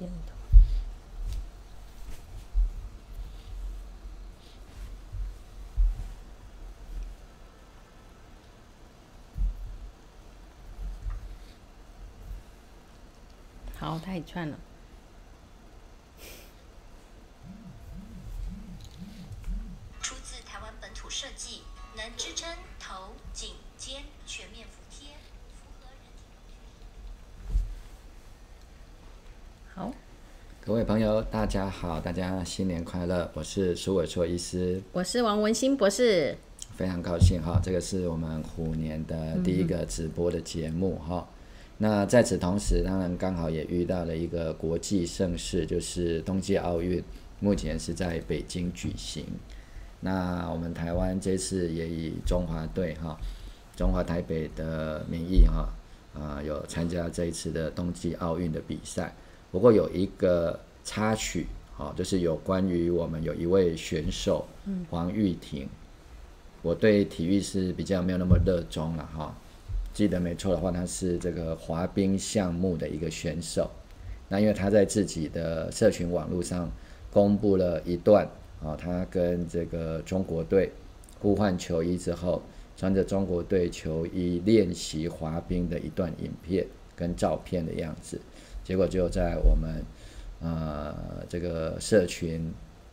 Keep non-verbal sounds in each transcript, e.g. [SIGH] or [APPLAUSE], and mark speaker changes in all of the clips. Speaker 1: 样的。好，他也串了。
Speaker 2: 出自台湾本土设计，能支撑头、颈、肩全面服帖，符合人体工学。
Speaker 1: 好，
Speaker 3: 各位朋友，大家好，大家新年快乐！我是苏伟硕医师，
Speaker 1: 我是王文新博士。
Speaker 3: 非常高兴哈，这个是我们虎年的第一个直播的节目哈。那在此同时，当然刚好也遇到了一个国际盛事，就是冬季奥运，目前是在北京举行。那我们台湾这次也以中华队哈，中华台北的名义哈，啊、有参加这一次的冬季奥运的比赛。不过有一个插曲，好、就是有关于我们有一位选手黄玉婷，我对体育是比较没有那么热衷了哈。记得没错的话，他是这个滑冰项目的一个选手。那因为他在自己的社群网络上公布了一段啊、哦，他跟这个中国队互换球衣之后，穿着中国队球衣练习滑冰的一段影片跟照片的样子，结果就在我们呃这个社群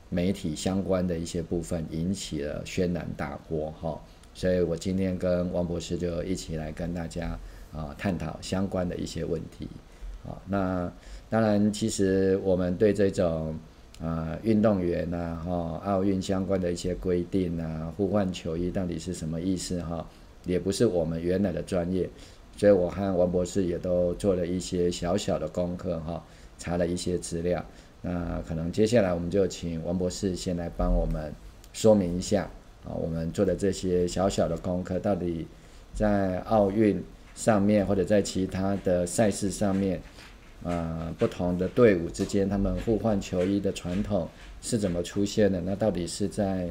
Speaker 3: 媒体相关的一些部分引起了轩然大波哈、所以我今天跟王博士就一起来跟大家啊、探讨相关的一些问题。啊、那当然，其实我们对这种啊运动员呐、哈、奥运相关的一些规定啊，互换球衣到底是什么意思哈、也不是我们原来的专业，所以我和王博士也都做了一些小小的功课哈、查了一些资料。那可能接下来我们就请王博士先来帮我们说明一下啊，我们做的这些小小的功课到底在奥运上面或者在其他的赛事上面，呃，不同的队伍之间他们互换球衣的传统是怎么出现的？那到底是在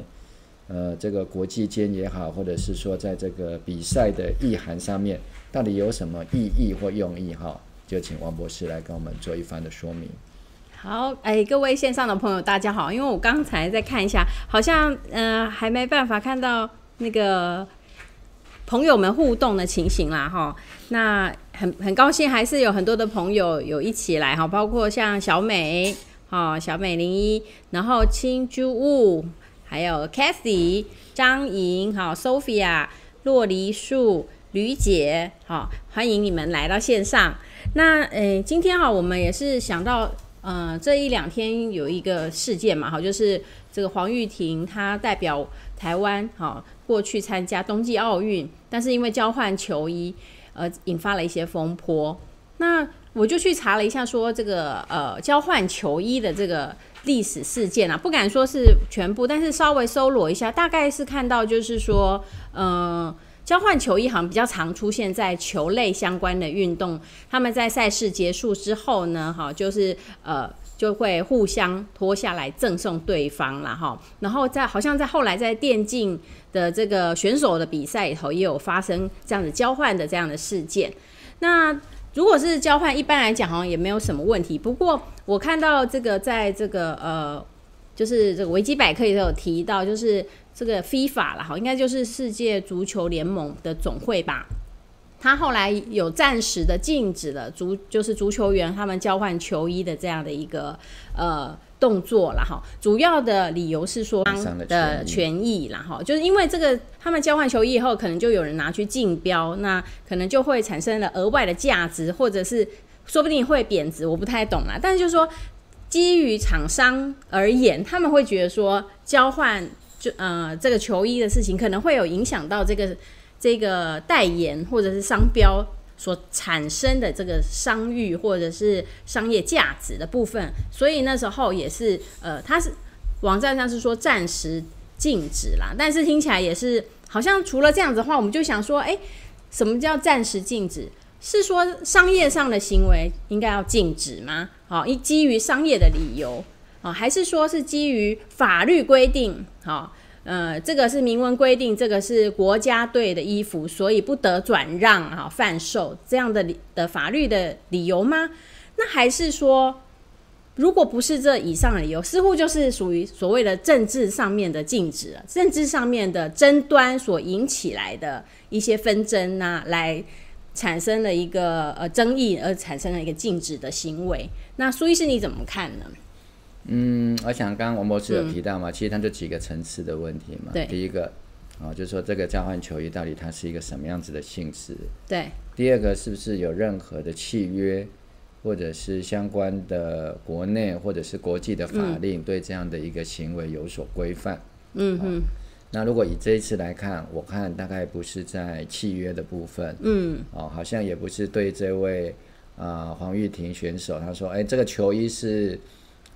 Speaker 3: 呃这个国际间也好，或者是说在这个比赛的意涵上面，到底有什么意义或用意？哈，就请王博士来跟我们做一番的说明。
Speaker 1: 好，哎，各位线上的朋友，大家好。因为我刚才在看一下，好像嗯、呃还没办法看到那个朋友们互动的情形啦，哈。那很很高兴，还是有很多的朋友有一起来哈，包括像小美，哦，小美零一，然后青珠雾，还有 c a t h y 张莹，好，Sophia，洛梨树，吕姐，好，欢迎你们来到线上。那诶，今天哈、我们也是想到，呃，这一两天有一个事件嘛，哈，就是这个黄玉婷她代表台湾，哈，过去参加冬季奥运，但是因为交换球衣，呃，引发了一些风波。那我就去查了一下，说这个呃交换球衣的这个历史事件啊，不敢说是全部，但是稍微搜罗一下，大概是看到就是说，呃，交换球衣好像比较常出现在球类相关的运动，他们在赛事结束之后呢，哈，就是呃。就会互相脱下来赠送对方啦，哈。然后在好像在后来在电竞的这个选手的比赛里头，也有发生这样子交换的这样的事件。那如果是交换，一般来讲好像也没有什么问题。不过我看到这个在这个呃，就是这个维基百科也有提到，就是这个 FIFA 啦，哈，应该就是世界足球联盟的总会吧。他后来有暂时的禁止了足，就是足球员他们交换球衣的这样的一个呃动作了哈。主要的理由是说
Speaker 3: 身上的
Speaker 1: 的
Speaker 3: 权
Speaker 1: 权益啦哈，就是因为这个他们交换球衣以后，可能就有人拿去竞标，那可能就会产生了额外的价值，或者是说不定会贬值，我不太懂啦。但是就是说，基于厂商而言，他们会觉得说交换就呃这个球衣的事情，可能会有影响到这个这个代言或者是商标所产生的这个商誉或者是商业价值的部分，所以那时候也是呃，它是网站上是说暂时禁止啦，但是听起来也是好像除了这样子的话，我们就想说，哎、什么叫暂时禁止？是说商业上的行为应该要禁止吗？好、一基于商业的理由，啊、还是说是基于法律规定？好、呃，这个是明文规定，这个是国家队的衣服，所以不得转让啊、贩售这样的理的法律的理由吗？那还是说如果不是这以上的理由，似乎就是属于所谓的政治上面的禁止了，政治上面的争端所引起来的一些纷争呐、来产生了一个呃争议，而产生了一个禁止的行为。那苏医师你怎么看呢？
Speaker 3: 嗯，我想刚刚王博士有提到嘛，其实它就几个层次的问题嘛
Speaker 1: 对。
Speaker 3: 第一个啊、就是说这个交换球衣到底它是一个什么样子的性质？
Speaker 1: 对，
Speaker 3: 第二个是不是有任何的契约，或者是相关的国内或者是国际的法令对这样的一个行为有所规范？啊
Speaker 1: 嗯哼，
Speaker 3: 那如果以这一次来看，我看大概不是在契约的部分，
Speaker 1: 嗯，
Speaker 3: 哦，好像也不是对这位啊、呃黄玉婷选手，他说，哎，这个球衣是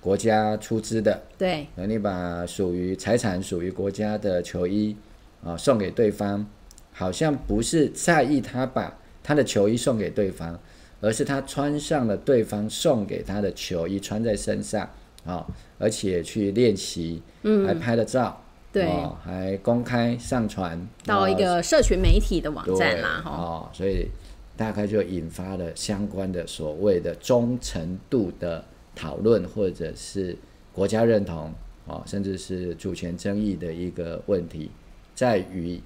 Speaker 3: 国家出资的，
Speaker 1: 对，
Speaker 3: 而你把属于财产属于国家的球衣啊、送给对方，好像不是在意他把他的球衣送给对方，而是他穿上了对方送给他的球衣，穿在身上啊、而且去练习，嗯，还拍了照，
Speaker 1: 对
Speaker 3: 哦还公开上传
Speaker 1: 到一
Speaker 3: 哦
Speaker 1: 个社群媒体的网
Speaker 3: 对
Speaker 1: 站啦，哈，
Speaker 3: 哦，所以大概就引发了相关的所谓的忠诚度的讨论，或者是国家认同哦，甚至是主权争议的一个问题，在于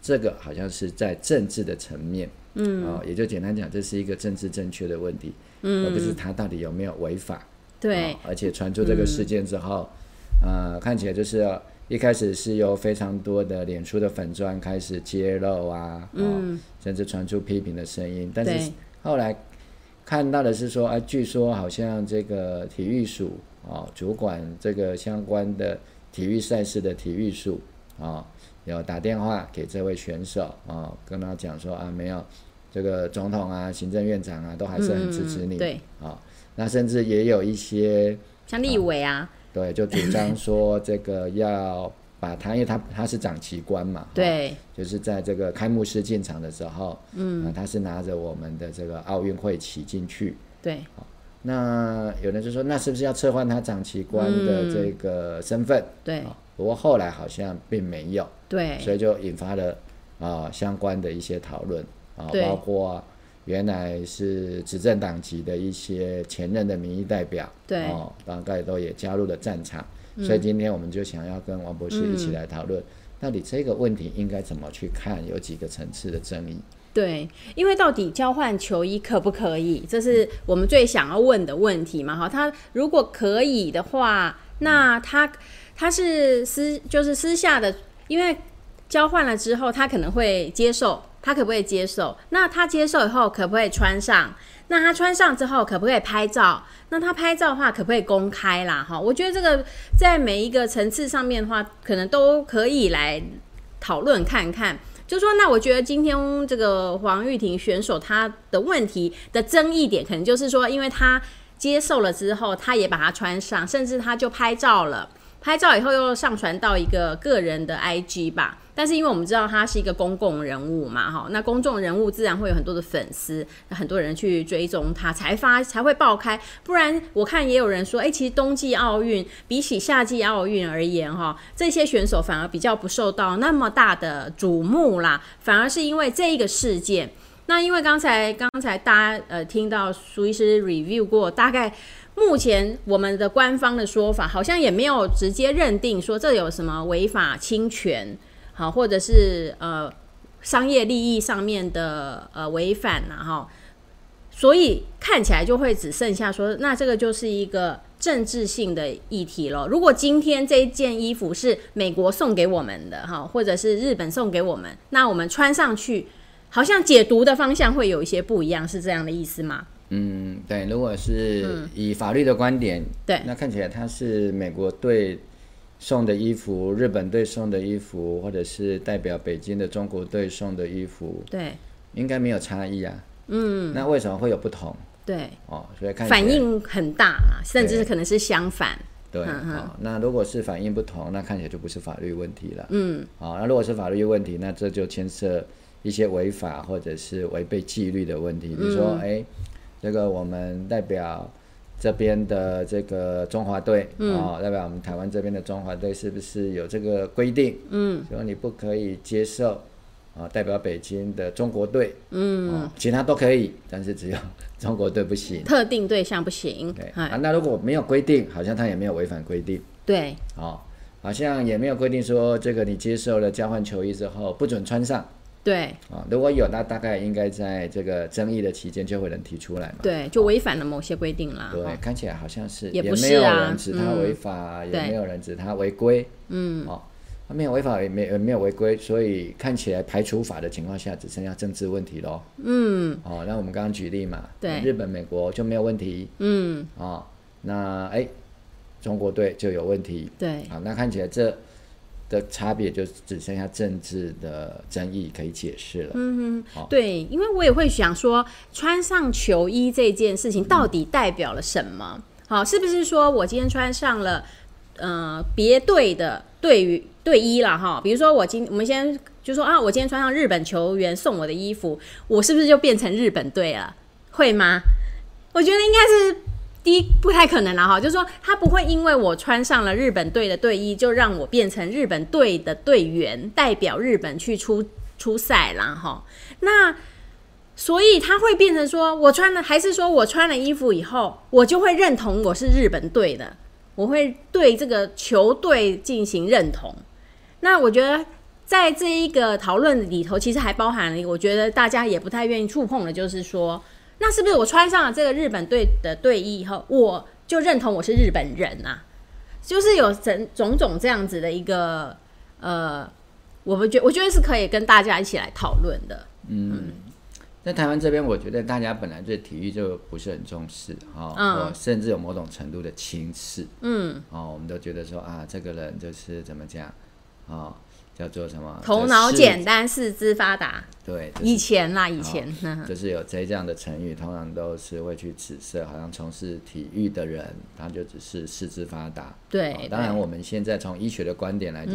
Speaker 3: 这个好像是在政治的层面，嗯，哦，也就简单讲，这是一个政治正确的问题，嗯，而不是它到底有没有违法，
Speaker 1: 对嗯
Speaker 3: 哦，而且传出这个事件之后，呃，看起来就是呃一开始是由非常多的脸书的粉砖开始揭露啊，哦、甚至传出批评的声音，但是
Speaker 1: 嗯对
Speaker 3: 后来看到的是说，啊，据说好像这个体育署哦，主管这个相关的体育赛事的体育署哦，有打电话给这位选手哦，跟他讲说啊，没有。这个总统啊，行政院长啊，都还是很支持你。
Speaker 1: 嗯对
Speaker 3: 啊、那甚至也有一些
Speaker 1: 像立委啊，
Speaker 3: 对，就主张说这个要把他，因为他他是长旗官嘛，哦，
Speaker 1: 对，
Speaker 3: 就是在这个开幕式进场的时候，嗯、他是拿着我们的这个奥运会旗进去。
Speaker 1: 对，
Speaker 3: 那有人就说，那是不是要撤换他长旗官的这个身份？
Speaker 1: 嗯对，
Speaker 3: 哦不过后来好像并没有，所
Speaker 1: 对，
Speaker 3: 以就引发了啊、相关的一些讨论啊，
Speaker 1: 对
Speaker 3: 包括原来是执政党籍的一些前任的民意代表，
Speaker 1: 对嗯
Speaker 3: 哦，大概都也加入了战场。所以今天我们就想要跟王博士一起来讨论，到底这个问题应该怎么去看，有几个层次的争议。
Speaker 1: 对，因为到底交换球衣可不可以，这是我们最想要问的问题嘛？哈，他如果可以的话，那他他是私就是私下的，因为交换了之后，他可能会接受，他可不可以接受？那他接受以后可不可以穿上？那他穿上之后可不可以拍照？那他拍照的话可不可以公开啦？哈，我觉得这个在每一个层次上面的话，可能都可以来讨论看看。就说那我觉得今天这个黄玉婷选手她的问题的争议点，可能就是说，因为她接受了之后，她也把它穿上，甚至她就拍照了。拍照以后又上传到一个个人的 IG 吧，但是因为我们知道她是一个公共人物嘛，哈，那公众人物自然会有很多的粉丝，很多人去追踪她，才发才会爆开。不然我看也有人说，哎、其实冬季奥运比起夏季奥运而言，哈，这些选手反而比较不受到那么大的瞩目啦，反而是因为这一个事件。那因为刚才刚才大家呃听到苏医师 review 过，大概目前我们的官方的说法好像也没有直接认定说这有什么违法侵权，好，或者是呃商业利益上面的呃违反呐、哈。所以看起来就会只剩下说，那这个就是一个政治性的议题了。如果今天这一件衣服是美国送给我们的哈，或者是日本送给我们，那我们穿上去，好像解读的方向会有一些不一样，是这样的意思吗？
Speaker 3: 嗯，对，如果是以法律的观点，
Speaker 1: 嗯对
Speaker 3: 那看起来他是美国队送的衣服、日本队送的衣服，或者是代表北京的中国队送的衣服，
Speaker 1: 对
Speaker 3: 应该没有差异啊。嗯，那为什么会有不同？
Speaker 1: 对，
Speaker 3: 哦，所以看起来
Speaker 1: 反应很大啊，甚至是可能是相反。
Speaker 3: 对，
Speaker 1: 嗯嗯
Speaker 3: 哦，那如果是反应不同，那看起来就不是法律问题了。嗯，好、那如果是法律问题，那这就牵涉一些违法或者是违背纪律的问题。比如说，哎、这个我们代表这边的这个中华队，哦，代表我们台湾这边的中华队是不是有这个规定？嗯，说你不可以接受啊、啊，代表北京的中国队，嗯、其他都可以，但是只有中国队不行。
Speaker 1: 特定对象不行
Speaker 3: 对，啊，
Speaker 1: 哎，
Speaker 3: 那如果没有规定，好像他也没有违反规定，
Speaker 1: 对，
Speaker 3: 哦，好像也没有规定说这个你接受了交换球衣之后不准穿上
Speaker 1: 对，
Speaker 3: 啊、如果有，那大概应该在这个争议的期间就会有人提出来嘛。
Speaker 1: 对，就违反了某些规定啦。
Speaker 3: 对，
Speaker 1: 哦
Speaker 3: 看起来好像是
Speaker 1: 也不
Speaker 3: 没
Speaker 1: 是
Speaker 3: 有
Speaker 1: 啊
Speaker 3: 人指他
Speaker 1: 嗯
Speaker 3: 违法，也
Speaker 1: 对
Speaker 3: 没有人指他违规，嗯，哦，他没有违法也没也没有违规，所以看起来排除法的情况下只剩下政治问题喽，嗯，哦，那我们刚刚举例嘛，
Speaker 1: 对
Speaker 3: 日本、美国就没有问题，
Speaker 1: 嗯，
Speaker 3: 哦，那哎，中国队就有问题，
Speaker 1: 对，
Speaker 3: 啊，那看起来这的差别就只剩下政治的争议可以解释了，
Speaker 1: 嗯
Speaker 3: 好
Speaker 1: 哼，对，因为我也会想说，穿上球衣这件事情到底代表了什么？好，是不是说我今天穿上了呃别队的队于队衣了哈？比如说我今我们先就说啊，我今天穿上日本球员送我的衣服，我是不是就变成日本队了？会吗？我觉得应该是第一不太可能了哈，就是说他不会因为我穿上了日本队的队衣，就让我变成日本队的队员，代表日本去出出赛啦哈。那所以他会变成说我穿了，还是说我穿了衣服以后，我就会认同我是日本队的，我会对这个球队进行认同。那我觉得在这一个讨论里头，其实还包含了，我觉得大家也不太愿意触碰的，就是说，那是不是我穿上了这个日本队的队衣以后，我就认同我是日本人啊？就是有种种种这样子的一个呃，我们觉我觉得是可以跟大家一起来讨论的。
Speaker 3: 在台湾这边，我觉得大家本来对体育就不是很重视哈，
Speaker 1: 嗯
Speaker 3: 或甚至有某种程度的轻视
Speaker 1: 嗯，
Speaker 3: 哦，我们都觉得说啊，这个人就是怎么讲哦，叫做什么
Speaker 1: 头脑
Speaker 3: 啊这是
Speaker 1: 简单，四肢发达。
Speaker 3: 对，这
Speaker 1: 以
Speaker 3: 是
Speaker 1: 前啦，以前，嗯
Speaker 3: 就是有这这样的成语，通常都是会去指涉好像从事体育的人，他就只是四肢发达。
Speaker 1: 对嗯
Speaker 3: 哦当然
Speaker 1: 对
Speaker 3: 我们现在从医学的观点来讲，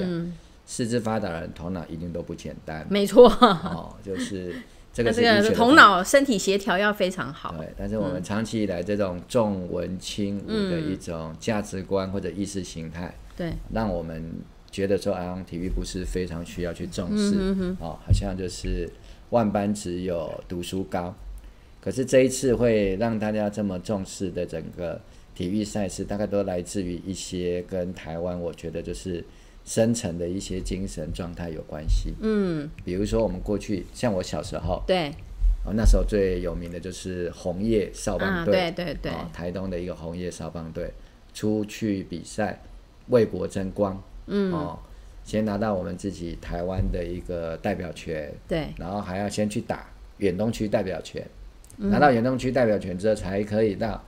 Speaker 3: 四肢发达的人头脑一定都不简单
Speaker 1: [LAUGHS] 没错。
Speaker 3: 哦，就是这
Speaker 1: 那
Speaker 3: 个
Speaker 1: 这
Speaker 3: 是医学
Speaker 1: 个
Speaker 3: 的
Speaker 1: 头
Speaker 3: 观点
Speaker 1: 脑、身体协调要非常好。嗯
Speaker 3: 对，但是我们长期以来这种重文轻武的一种价值观或者意识形态，
Speaker 1: 对，
Speaker 3: 让我们觉得说，啊，体育不是非常需要去重
Speaker 1: 嗯
Speaker 3: 视，哦，好像就是万般只有读书高。可是这一次会让大家这么重视的整个体育赛事，大概都来自于一些跟台湾，我觉得就是深层的一些精神状态有关系。
Speaker 1: 嗯，
Speaker 3: 比如说我们过去，像我小时候，
Speaker 1: 对，
Speaker 3: 哦，那时候最有名的就是红叶少棒
Speaker 1: 啊，
Speaker 3: 队、
Speaker 1: 对对对，
Speaker 3: 哦，台东的一个红叶少棒队出去比赛，为国争光，嗯，哦，先拿到我们自己台湾的一个代表权，
Speaker 1: 对，
Speaker 3: 然后还要先去打远东区代表权，
Speaker 1: 嗯
Speaker 3: 拿到远东区代表权之后才可以到，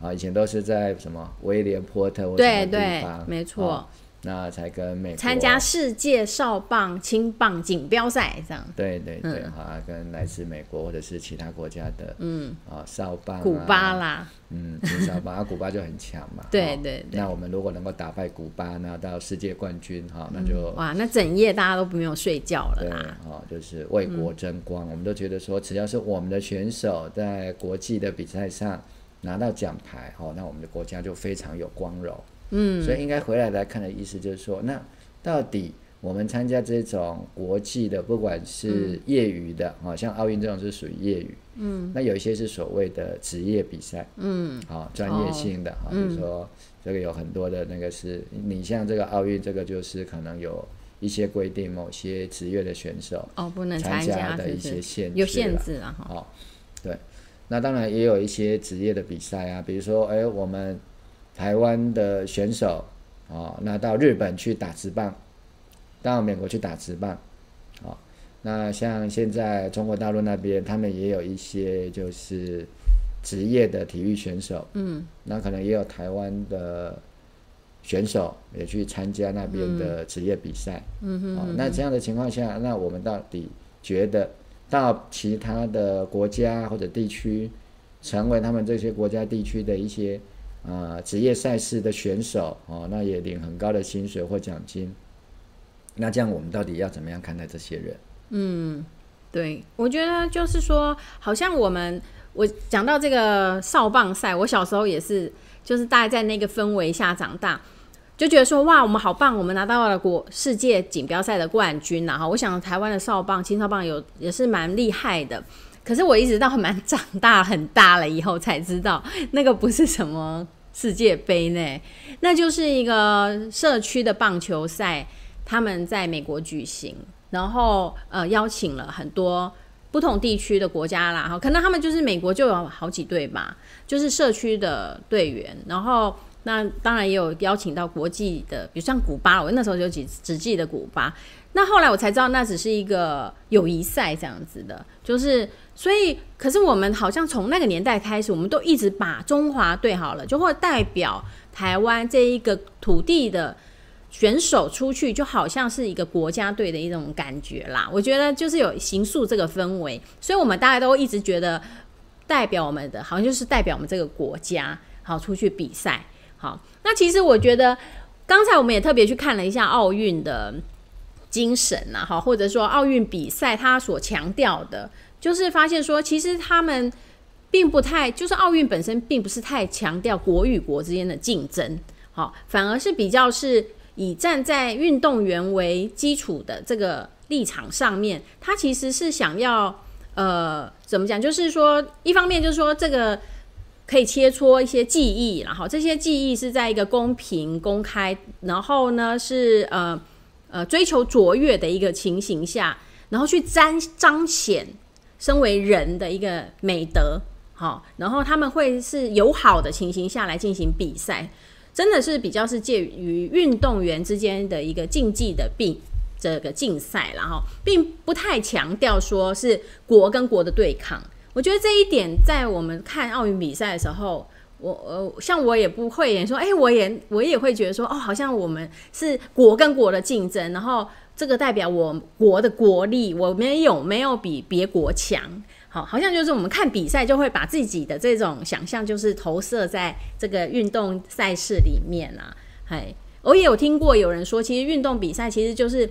Speaker 3: 啊，以前都是在什么威廉波特或什
Speaker 1: 对
Speaker 3: 么地
Speaker 1: 对
Speaker 3: 方，
Speaker 1: 没错
Speaker 3: 哦那才跟美国
Speaker 1: 参加世界少棒、青棒锦标赛这样。
Speaker 3: 对对对，
Speaker 1: 嗯
Speaker 3: 啊，跟来自美国或者是其他国家的，嗯，啊，少棒、啊、
Speaker 1: 古巴啦，。
Speaker 3: 嗯，挺少吧？啊，古巴就很强嘛
Speaker 1: 对
Speaker 3: 哦
Speaker 1: 对对
Speaker 3: 那我们如果能够打败古巴，拿到世界冠军，哈、那就、
Speaker 1: 哇，那整夜大家都没有睡觉了
Speaker 3: 对，
Speaker 1: 啦。
Speaker 3: 哦，就是为国争光。我们都觉得说，只要是我们的选手在国际的比赛上拿到奖牌，哦，那我们的国家就非常有光荣。嗯，所以应该回来来看的意思就是说，那到底我们参加这种国际的，不管是业余的，好、像奥运这种是属于业余，嗯，那有一些是所谓的职业比赛，嗯，好、专业性的，哈、
Speaker 1: 嗯
Speaker 3: 比如说这个有很多的那个是，你像这个奥运，这个就是可能有一些规定，某些职业的选手，
Speaker 1: 哦，不能
Speaker 3: 参
Speaker 1: 参
Speaker 3: 加的
Speaker 1: 是
Speaker 3: 一
Speaker 1: 不
Speaker 3: 些
Speaker 1: 是？
Speaker 3: 限制，
Speaker 1: 有限。制啊，哈。
Speaker 3: 哦，对，那当然也有一些职业的比赛啊，比如说，哎，我们台湾的选手哦，那到日本去打直棒，到美国去打直棒，哦，那像现在中国大陆那边，他们也有一些就是职业的体育选手，嗯，那可能也有台湾的。选手也去参加那边的职业比赛，嗯哼哦，那这样的情况下，那我们到底觉得到其他的国家或者地区，成为他们这些国家地区的一些呃职业赛事的选手哦，那也领很高的薪水或奖金。那这样我们到底要怎么样看待这些人？
Speaker 1: 对，我觉得就是说，好像我们我讲到这个少棒赛，我小时候也是，就是大概在那个氛围下长大。就觉得说哇，我们好棒，我们拿到了国世界锦标赛的冠军啦！哈，我想台湾的少棒、青少棒有也是蛮厉害的。可是我一直到蛮长大很大了以后才知道，那个不是什么世界杯呢，那就是一个社区的棒球赛，他们在美国举行，然后呃邀请了很多不同地区的国家啦，哈，可能他们就是美国就有好几队吧，就是社区的队员，然后。那当然也有邀请到国际的，比如像古巴，我那时候就只只记得古巴。那后来我才知道，那只是一个友谊赛这样子的，就是所以，可是我们好像从那个年代开始，我们都一直把中华队好了，就会代表台湾这一个土地的选手出去，就好像是一个国家队的一种感觉啦。我觉得就是有形塑这个氛围，所以我们大家都一直觉得代表我们的，好像就是代表我们这个国家，好出去比赛。好，那其实我觉得，刚才我们也特别去看了一下奥运的精神呐、啊，哈，或者说奥运比赛它所强调的，就是发现说，其实他们并不太，就是奥运本身并不是太强调国与国之间的竞争，好，反而是比较是以站在运动员为基础的这个立场上面，他其实是想要，呃，怎么讲？就是说，一方面就是说这个。可以切磋一些技艺，然后这些技艺是在一个公平、公开，然后呢是呃呃追求卓越的一个情形下，然后去彰彰显身为人的一个美德，好、哦，然后他们会是友好的情形下来进行比赛，真的是比较是介于运动员之间的一个竞技的比这个竞赛，然后并不太强调说是国跟国的对抗。我觉得这一点在我们看奥运比赛的时候，我呃像我也不会演说，哎、欸，我也我也会觉得说，哦，好像我们是国跟国的竞争，然后这个代表我国的国力，我们有没有比别国强？好，好像就是我们看比赛就会把自己的这种想象就是投射在这个运动赛事里面啊。哎，我也有听过有人说，其实运动比赛其实就是，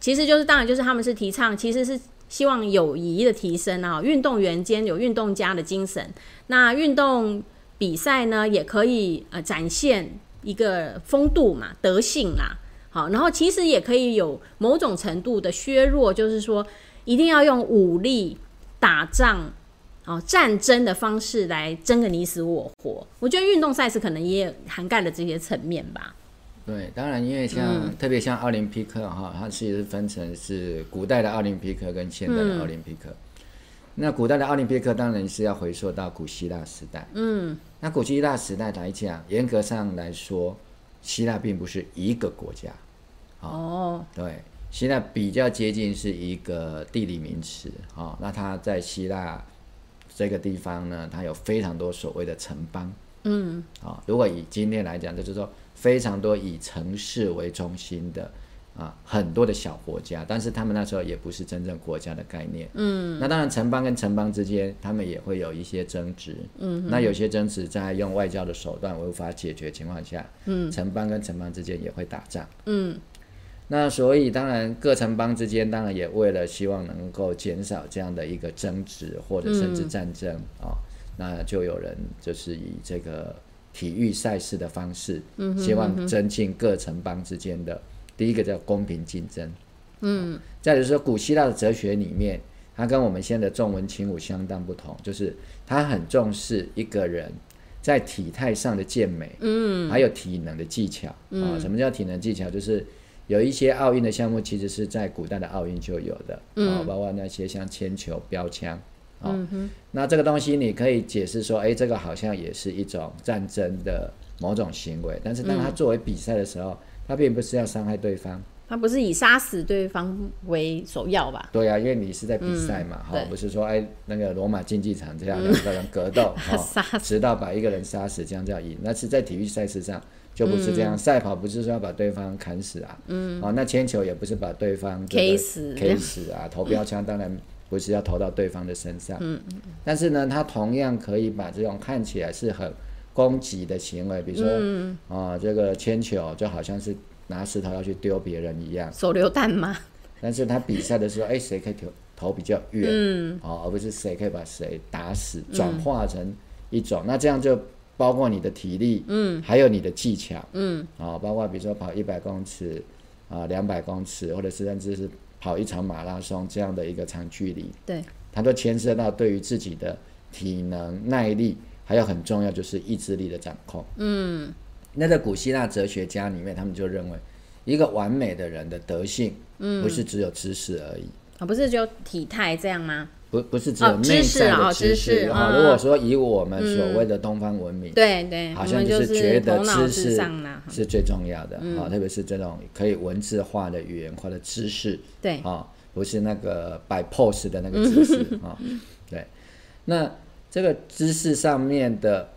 Speaker 1: 其实就是当然就是他们是提倡，其实是。希望友谊的提升啊，运动员间有运动家的精神。那运动比赛呢，也可以呃展现一个风度嘛、德性啦。好，然后其实也可以有某种程度的削弱，就是说一定要用武力打仗哦、战争的方式来争个你死我活。我觉得运动赛事可能也涵盖了这些层面吧。
Speaker 3: 对，当然，因为像、
Speaker 1: 嗯
Speaker 3: 特别像奥林匹克哈，它其实是分成是古代的奥林匹克跟现代的奥林匹克。那古代的奥林匹克当然是要回溯到古希腊时代。
Speaker 1: 嗯，
Speaker 3: 那古希腊时代来讲，严格上来说，希腊并不是一个国家，
Speaker 1: 哦，
Speaker 3: 对，希腊比较接近是一个地理名词哦。那它在希腊这个地方呢，它有非常多所谓的城邦。
Speaker 1: 嗯，
Speaker 3: 啊、如果以今天来讲，就是说非常多以城市为中心的啊，很多的小国家，但是他们那时候也不是真正国家的概念。嗯，那当然城邦跟城邦之间，他们也会有一些争执。嗯，那有些争执在用外交的手段无法解决情况下，嗯，城邦跟城邦之间也会打仗。
Speaker 1: 嗯，
Speaker 3: 那所以当然各城邦之间当然也为了希望能够减少这样的一个争执或者甚至战争啊、哦，那就有人就是以这个体育赛事的方式，希望增进各城邦之间的第一个叫公平竞争，嗯，再就是说古希腊的哲学里面，它跟我们现在的重文轻武相当不同，就是它很重视一个人在体态上的健美，嗯，还有体能的技巧，啊，什么叫体能技巧？就是有一些奥运的项目其实是在古代的奥运就有的，啊，包括那些像铅球、标枪，啊，那这个东西你可以解释说，哎，这个好像也是一种战争的某种行为，但是当它作为比赛的时候，它并不是要伤害对方，
Speaker 1: 他不是以杀死对方为首要吧？
Speaker 3: 对啊，因为你是在比赛嘛，哈、
Speaker 1: 对
Speaker 3: 不是说哎那个罗马竞技场这样两个人格 [LAUGHS] 斗，哈、
Speaker 1: 杀死
Speaker 3: 直到把一个人杀死，这样叫赢。那是在体育赛事上就不是这样，赛跑不是说要把对方砍死啊，嗯，哦，那铅球也不是把对方这个
Speaker 1: K 死
Speaker 3: K 死啊，投标枪当然不是要投到对方的身上，嗯，但是呢，他同样可以把这种看起来是很攻击的行为，比如说啊、哦这个铅球就好像是拿石头要去丢别人一样。
Speaker 1: 手榴弹吗？
Speaker 3: 但是他比赛的时候，哎，谁可以投投比较远，嗯，哦，而不是谁可以把谁打死，转化成一种，那这样就包括你的体力，嗯，还有你的技巧，嗯，啊、包括比如说跑一百公尺，啊、两百公尺，或者是甚至是跑一场马拉松这样的一个长距离，
Speaker 1: 对，
Speaker 3: 它都牵涉到对于自己的体能、耐力，还有很重要就是意志力的掌控。嗯，那在古希腊哲学家里面，他们就认为，一个完美的人的德性，嗯，不是只有知识而已，
Speaker 1: 啊，不是就体态这样吗？
Speaker 3: 不不是只有
Speaker 1: 哦
Speaker 3: 内
Speaker 1: 知识
Speaker 3: 在
Speaker 1: 啊
Speaker 3: 的
Speaker 1: 哦
Speaker 3: 知
Speaker 1: 知
Speaker 3: 识
Speaker 1: 识
Speaker 3: 啊。
Speaker 1: 嗯
Speaker 3: 如果说以我们所谓的东方文明，
Speaker 1: 对对，
Speaker 3: 好
Speaker 1: 我
Speaker 3: 像
Speaker 1: 们就是
Speaker 3: 觉得
Speaker 1: 头脑
Speaker 3: 知
Speaker 1: 至
Speaker 3: 识
Speaker 1: 上啦，哈
Speaker 3: 是最重要的啊，
Speaker 1: 嗯
Speaker 3: 特别是这种可以文字化的语言化的知识
Speaker 1: 对，嗯
Speaker 3: 啊，不是那个摆 pose 的那个姿势啊。对，那这个知识上面的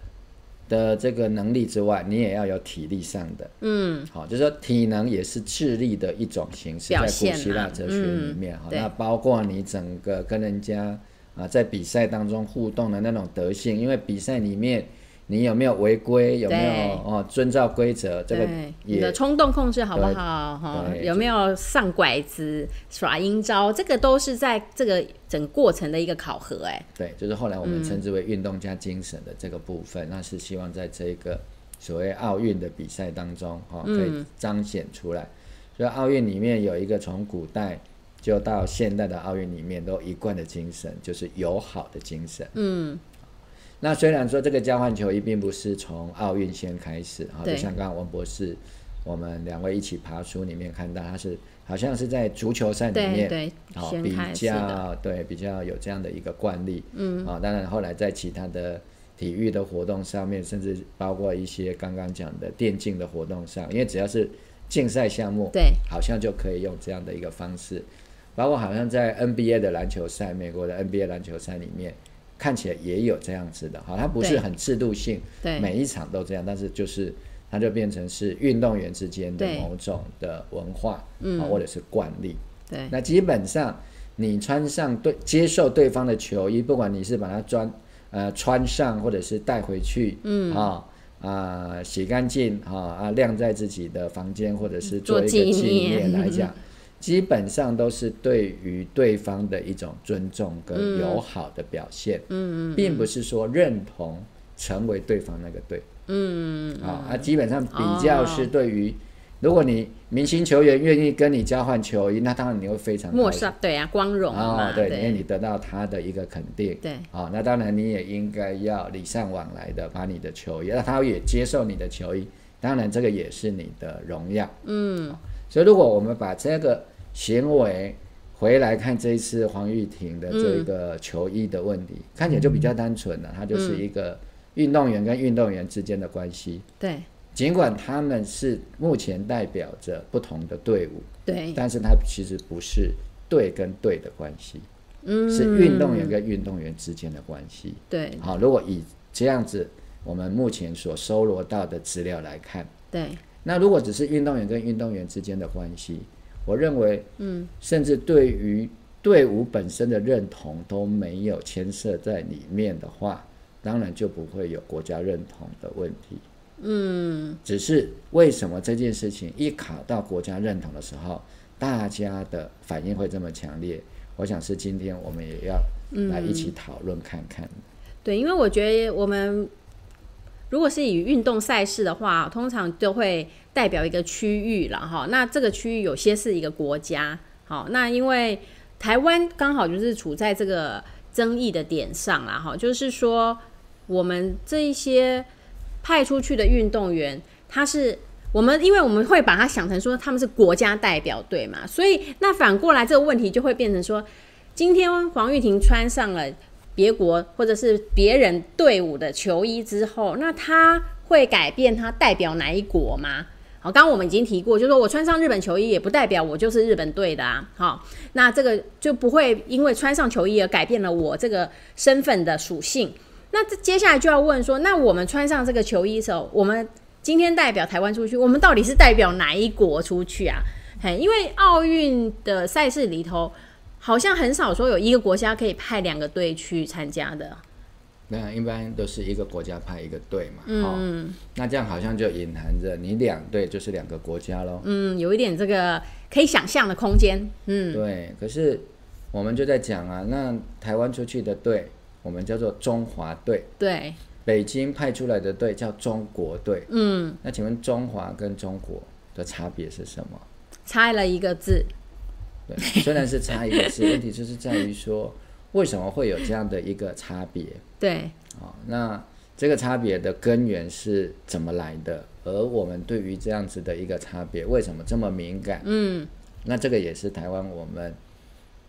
Speaker 3: 的这个能力之外，你也要有体力上的，嗯，好，就是说体能也是智力的一种形式，在
Speaker 1: 表
Speaker 3: 古
Speaker 1: 现
Speaker 3: 希腊
Speaker 1: 啦
Speaker 3: 哲学里面哈、
Speaker 1: 对
Speaker 3: 那包括你整个跟人家啊在比赛当中互动的那种德性，因为比赛里面。你有没有违规？有没
Speaker 1: 对
Speaker 3: 有哦？遵照规则，这个
Speaker 1: 对，你
Speaker 3: 也
Speaker 1: 的冲动控制好不
Speaker 3: 对
Speaker 1: 好？哈，
Speaker 3: 对
Speaker 1: 有没有上拐子、耍阴招？这个都是在这个整过程的一个考核、哎，
Speaker 3: 对，就是后来我们称之为运动家精神的这个部分，那是希望在这个所谓奥运的比赛当中，哈、可
Speaker 1: 嗯
Speaker 3: 以彰显出来。所以奥运里面有一个从古代就到现代的奥运里面都一贯的精神，就是友好的精神。嗯。那虽然说这个交换球衣并不是从奥运先开始，哈，就
Speaker 1: 对
Speaker 3: 像刚刚王博士，我们两位一起爬书里面看到，他是好像是在足球赛里
Speaker 1: 对
Speaker 3: 面，
Speaker 1: 对，
Speaker 3: 好、
Speaker 1: 先
Speaker 3: 哦比
Speaker 1: 开始的，
Speaker 3: 较对比较有这样的一个惯例，嗯，啊、当然后来在其他的体育的活动上面，甚至包括一些刚刚讲的电竞的活动上，因为只要是竞赛项目，
Speaker 1: 对，
Speaker 3: 好像就可以用这样的一个方式，包括好像在 NBA 的篮球赛，美国的 NBA 篮球赛里面，看起来也有这样子的，好，它不是
Speaker 1: 对
Speaker 3: 很制度性，
Speaker 1: 对
Speaker 3: 每一场都这样，但是就是它就变成是运动员之间的
Speaker 1: 对
Speaker 3: 某种的文化，嗯，或者是惯例。
Speaker 1: 对
Speaker 3: 那基本上你穿上对接受对方的球衣，不管你是把它穿呃穿上，或者是带回去，嗯啊啊、洗干净啊啊晾在自己的房间，或者是做一
Speaker 1: 做纪
Speaker 3: 个纪
Speaker 1: 念
Speaker 3: 念来讲。 [LAUGHS] 基本上都是对于对方的一种尊重跟友好的表现，嗯，并不是说认同成为对方那个对，嗯，哦啊，啊，基本上比较是对于、如果你明星球员愿意跟你交换球衣，那当然你会非常
Speaker 1: 莫
Speaker 3: 开心
Speaker 1: 煞对啊，光荣
Speaker 3: 啊、
Speaker 1: 嘛，
Speaker 3: 对，因为
Speaker 1: 对
Speaker 3: 你得到他的一个肯定。
Speaker 1: 对
Speaker 3: 啊、那当然你也应该要礼尚往来的把你的球衣，那他也接受你的球衣，当然这个也是你的荣耀。嗯、所以如果我们把这个行为回来看这一次黄玉婷的这个球衣的问题，看起来就比较单纯了，它就是一个运动员跟运动员之间的关系。
Speaker 1: 对
Speaker 3: 尽管他们是目前代表着不同的队伍，
Speaker 1: 对
Speaker 3: 但是它其实不是队跟队的关系，嗯，是运动员跟运动员之间的关系。
Speaker 1: 对
Speaker 3: 好，如果以这样子我们目前所搜罗到的资料来看，
Speaker 1: 对
Speaker 3: 那如果只是运动员跟运动员之间的关系，我认为，嗯，甚至对于队伍本身的认同都没有牵涉在里面的话，当然就不会有国家认同的问题。嗯，只是为什么这件事情一卡到国家认同的时候，大家的反应会这么强烈？我想是今天我们也要来一起讨论看看。
Speaker 1: 对，因为我觉得我们如果是以运动赛事的话，通常都会代表一个区域了哈。那这个区域有些是一个国家，好，那因为台湾刚好就是处在这个争议的点上啦哈，就是说我们这一些派出去的运动员，他是。我们因为我们会把他想成说他们是国家代表队嘛，所以那反过来这个问题就会变成说，今天黄玉婷穿上了别国或者是别人队伍的球衣之后，那他会改变他代表哪一国吗？好，刚刚我们已经提过，就是说我穿上日本球衣也不代表我就是日本队的啊。好，那这个就不会因为穿上球衣而改变了我这个身份的属性。那这接下来就要问说，那我们穿上这个球衣的时候，我们今天代表台湾出去，我们到底是代表哪一国出去啊？嘿，因为奥运的赛事里头，好像很少说有一个国家可以派两个队去参加的。
Speaker 3: 那一般都是一个国家派一个队嘛，嗯、那这样好像就隐含着你两队就是两个国家喽，
Speaker 1: 嗯，有一点这个可以想象的空间。嗯，
Speaker 3: 对。可是我们就在讲啊，那台湾出去的队，我们叫做中华队，
Speaker 1: 对
Speaker 3: 北京派出来的队叫中国队，
Speaker 1: 嗯，
Speaker 3: 那请问中华跟中国的差别是什么？
Speaker 1: 猜了一个字，
Speaker 3: 对，虽然是差一个字，问题就是在于说为什么会有这样的一个差别
Speaker 1: 对，
Speaker 3: 啊、那这个差别的根源是怎么来的？而我们对于这样子的一个差别，为什么这么敏感？
Speaker 1: 嗯，
Speaker 3: 那这个也是台湾我们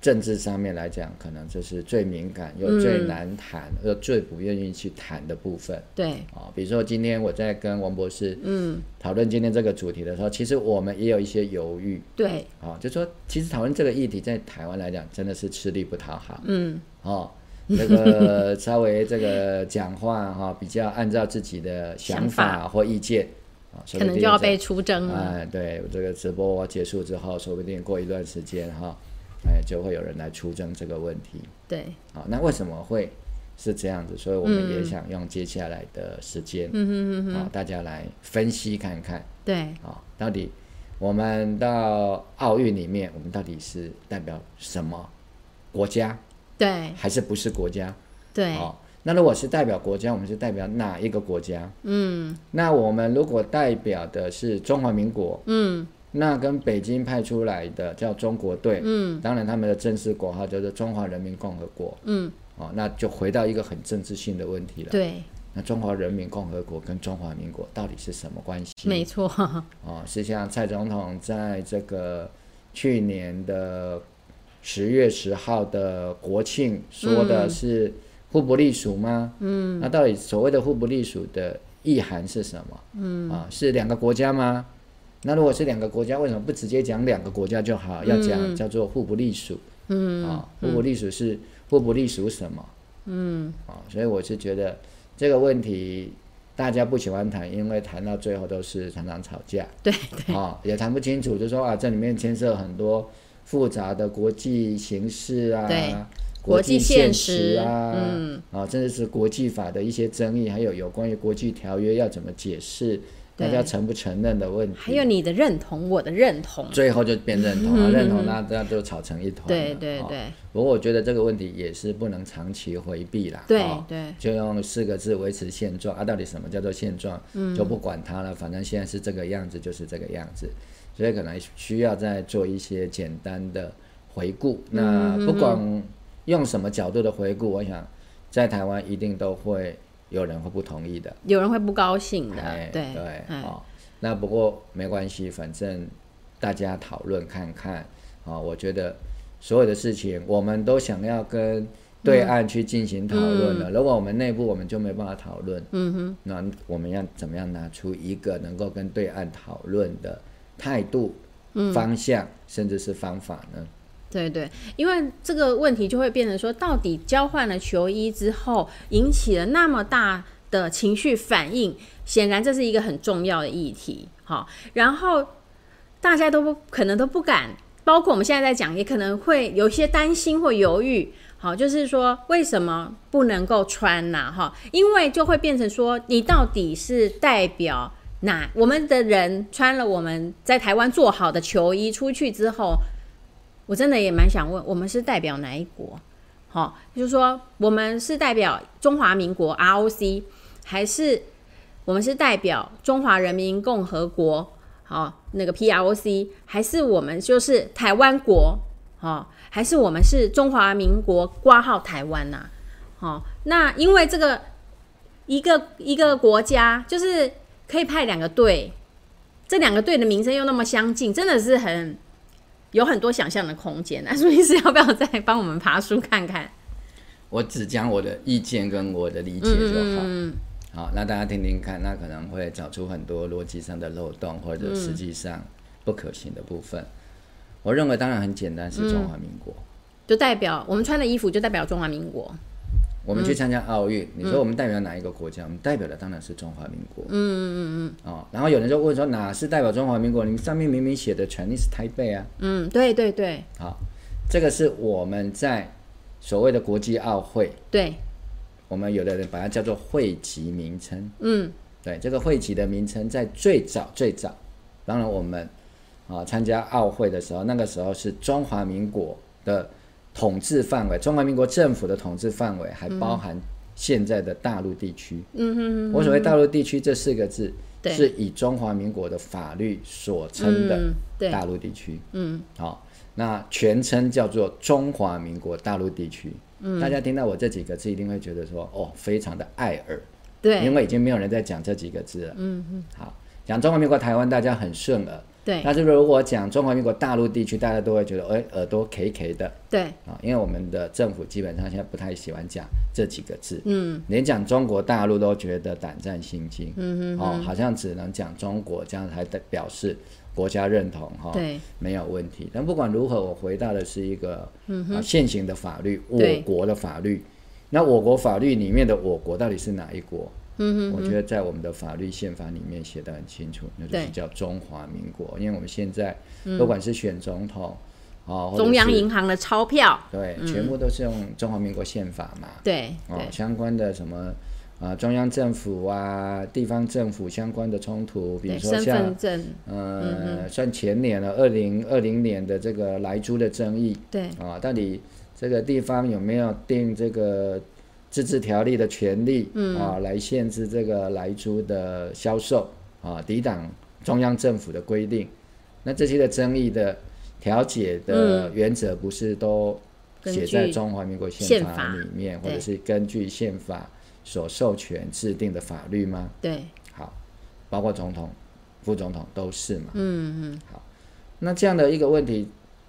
Speaker 3: 政治上面来讲，可能就是最敏感
Speaker 1: 嗯
Speaker 3: 又最难谈，又最不愿意去谈的部分
Speaker 1: 对，
Speaker 3: 啊、比如说今天我在跟王博士
Speaker 1: 嗯，
Speaker 3: 讨论今天这个主题的时候，其实我们也有一些犹豫
Speaker 1: 对，
Speaker 3: 啊、就说其实讨论这个议题在台湾来讲真的是吃力不讨好
Speaker 1: 嗯，
Speaker 3: 哦。
Speaker 1: [LAUGHS]
Speaker 3: 这个稍微这个讲话哈、比较按照自己的想
Speaker 1: 想
Speaker 3: 法或意见啊，说
Speaker 1: 可
Speaker 3: 不
Speaker 1: 能就
Speaker 3: 定
Speaker 1: 要
Speaker 3: 在
Speaker 1: 被出征了。
Speaker 3: 哎，对，这个直播结束之后，说不定过一段时间哈，哎，就会有人来出征这个哎问题。
Speaker 1: 对，
Speaker 3: 好，那为什么会是这样子？所以我们也
Speaker 1: 嗯
Speaker 3: 想用接下来的时间，
Speaker 1: 嗯哼哼
Speaker 3: 啊，大家来分析看看，
Speaker 1: 哼，对，
Speaker 3: 啊，到底我们到奥运里面，我们到底是代表什么国家，
Speaker 1: 对，
Speaker 3: 还是不是国家？
Speaker 1: 对，
Speaker 3: 哦，那如果是代表国家，我们是代表哪一个国家？
Speaker 1: 嗯
Speaker 3: 那我们如果代表的是中华民国，
Speaker 1: 嗯
Speaker 3: 那跟北京派出来的叫中国队，
Speaker 1: 嗯
Speaker 3: 当然他们的正式国号叫做中华人民共和国。
Speaker 1: 嗯，
Speaker 3: 哦，那就回到一个很政治性的问题了。
Speaker 1: 对，
Speaker 3: 那中华人民共和国跟中华民国到底是什么关系？
Speaker 1: 没错， [LAUGHS]
Speaker 3: 哦，是像蔡总统在这个去年的十月十号的国庆说的是互不隶属吗？嗯，那到底所谓的互不隶属的意涵是什么？嗯，啊，是两个国家吗？那如果是两个国家，为什么不直接讲两个国家就好？要讲叫做互不隶属。嗯，啊，互不隶属是互不隶属什么？嗯，啊，所以我是觉得这个问题大家不喜欢谈，因为谈到最后都是常常吵架。
Speaker 1: 对
Speaker 3: 啊、也谈不清楚，就说啊，这里面牵涉很多复杂的国际形势啊，
Speaker 1: 对
Speaker 3: 国
Speaker 1: 际
Speaker 3: 现
Speaker 1: 实
Speaker 3: 啊，
Speaker 1: 嗯，
Speaker 3: 啊，甚至是国际法的一些争议，还有有关于国际条约要怎么解释，大
Speaker 1: 对
Speaker 3: 家承不承认的问题，
Speaker 1: 还有你的认同，我的认同，
Speaker 3: 最后就变认同了，认同那大家就吵成一团了。
Speaker 1: 对对
Speaker 3: 哦
Speaker 1: 对
Speaker 3: 不过我觉得这个问题也是不能长期回避啦。
Speaker 1: 对
Speaker 3: 哦
Speaker 1: 对，
Speaker 3: 就用四个字维持现状啊，到底什么叫做现状？就不管它了，反正现在是这个样子，就是这个样子，所以可能需要再做一些简单的回顾。那不管用什么角度的回顾，我想在台湾一定都会有人会不同意的，
Speaker 1: 有人会不高兴
Speaker 3: 哎
Speaker 1: 的，，
Speaker 3: 对
Speaker 1: 对，哎
Speaker 3: 哦，那不过没关系，反正大家讨论看看啊、我觉得所有的事情我们都想要跟对岸去进行讨论了。如果我们内部我们就没办法讨论，嗯哼，那我们要怎么样拿出一个能够跟对岸讨论的态度、方向，甚至是方法呢？
Speaker 1: 对对，因为这个问题就会变成说，到底交换了球衣之后，引起了那么大的情绪反应，显然这是一个很重要的议题。好，然后大家都不可能都不敢，包括我们现在在讲，也可能会有一些担心或犹豫。好，就是说为什么不能够穿呐、哈，因为就会变成说，你到底是代表哪？我们的人穿了我们在台湾做好的球衣出去之后，我真的也蛮想问，我们是代表哪一国？好、就是说我们是代表中华民国 ROC，还是我们是代表中华人民共和国？好、那个 PROC，还是我们就是台湾国？好、还是我们是中华民国挂号台湾呐、好、那因为这个一个一个国家就是可以派两个队，这两个队的名声又那么相近，真的是很有很多想象的空间。 [LAUGHS] 那苏医师要不要再帮我们爬书看看？
Speaker 3: 我只讲我的意见跟我的理解就好。
Speaker 1: 嗯
Speaker 3: 好，那大家听听看，那可能会找出很多逻辑上的漏洞，或者
Speaker 1: 嗯
Speaker 3: 实际上不可行的部分。我认为当然很简单，是
Speaker 1: 嗯
Speaker 3: 中华民国。
Speaker 1: 就代表我们穿的衣服就代表中华民国。
Speaker 3: 我
Speaker 1: 嗯
Speaker 3: 们去参加奥运，你说我们代表哪一个国家？我们代表的当然是中华民国。嗯嗯嗯。哦，然后有人就问说，哪是代表中华民国？你上面明明写的 Chinese Taipei 啊。
Speaker 1: 嗯，对对对
Speaker 3: 好，这个是我们在所谓的国际奥会，
Speaker 1: 对，
Speaker 3: 我们有的人把它叫做会籍名称。
Speaker 1: 嗯
Speaker 3: 对，这个会籍的名称在最早最早，当然我们啊参加奥会的时候，那个时候是中华民国的统治范围，中华民国政府的统治范围还包含现在的大陆地区。
Speaker 1: 嗯哼哼，
Speaker 3: 我所谓大陆地区这四个字，
Speaker 1: 对
Speaker 3: 是以中华民国的法律所称的
Speaker 1: 嗯对
Speaker 3: 大陆地区。
Speaker 1: 嗯，
Speaker 3: 好、那全称叫做中华民国大陆地区。嗯，大家听到我这几个字，一定会觉得说，哦，非常的爱耳，因
Speaker 1: 对
Speaker 3: 为已经没有人在讲这几个字了。嗯嗯，好，讲中华民国台湾，大家很顺耳。
Speaker 1: 对
Speaker 3: 但是如果讲中华民国大陆地区，大家都会觉得，哎、耳朵 K K 的
Speaker 1: 对，
Speaker 3: 啊，因为我们的政府基本上现在不太喜欢讲这几个字。
Speaker 1: 嗯
Speaker 3: 连讲中国大陆都觉得胆战心惊，
Speaker 1: 嗯
Speaker 3: 哦，好像只能讲中国，这样才代表示国家认同哈、
Speaker 1: 哼，对
Speaker 3: 没有问题。但不管如何，我回到的是一个、啊现行的法律，我
Speaker 1: 嗯对
Speaker 3: 国的法律。那我国法律里面的我国到底是哪一国？嗯我觉得在我们的法律宪法里面写得很清楚，那就是
Speaker 1: 对嗯
Speaker 3: 叫中华民国。因为我们现在不管是选总统，哦，或者
Speaker 1: 中央
Speaker 3: 是
Speaker 1: 银行的钞票，
Speaker 3: 对，全部都是用中华民国宪法嘛。
Speaker 1: 对
Speaker 3: 哦
Speaker 1: 对，
Speaker 3: 相关的什么啊，中央政府啊、地方政府相关的冲突，比如
Speaker 1: 对，
Speaker 3: 说
Speaker 1: 身
Speaker 3: 像
Speaker 1: 份证，嗯
Speaker 3: 呃，算前年了，二零二零年的这个莱猪的争议
Speaker 1: 对
Speaker 3: 啊，到底这个地方有没有定这个自治条例的权利
Speaker 1: 嗯
Speaker 3: 啊，来限制这个莱猪的销售啊，抵挡中央政府的规定？那这些的争议的调解的原则不是都
Speaker 1: 嗯根
Speaker 3: 写在
Speaker 1: 据
Speaker 3: 中华民国
Speaker 1: 宪
Speaker 3: 宪法
Speaker 1: 法
Speaker 3: 里面，或者
Speaker 1: 对
Speaker 3: 是根据宪法所授权制定的法律吗？
Speaker 1: 对，
Speaker 3: 好，包括总统、副总统都是嘛。
Speaker 1: 嗯嗯，
Speaker 3: 那这样的一个问题，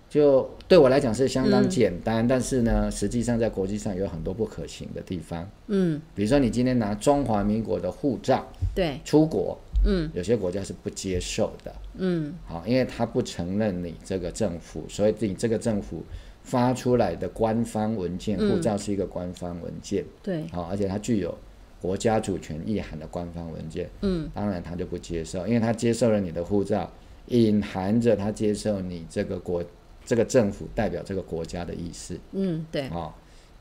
Speaker 3: 就对我来讲是相
Speaker 1: 嗯
Speaker 3: 当简单，但是呢，实际上在国际上有很多不可行的地方。
Speaker 1: 嗯，
Speaker 3: 比如说，你今天拿中华民国的护照
Speaker 1: 对，
Speaker 3: 出国，
Speaker 1: 嗯，
Speaker 3: 有些国家是不接受的，
Speaker 1: 嗯
Speaker 3: 好，因为他不承认你这个政府，所以你这个政府发出来的官方文件，
Speaker 1: 嗯
Speaker 3: 护照是一个官方文件，
Speaker 1: 对，
Speaker 3: 好、而且它具有国家主权意涵的官方文件，
Speaker 1: 嗯，
Speaker 3: 当然他就不接受，因为他接受了你的护照，隐含着他接受你这个国这个政府代表这个国家的意思，
Speaker 1: 嗯对，
Speaker 3: 哦，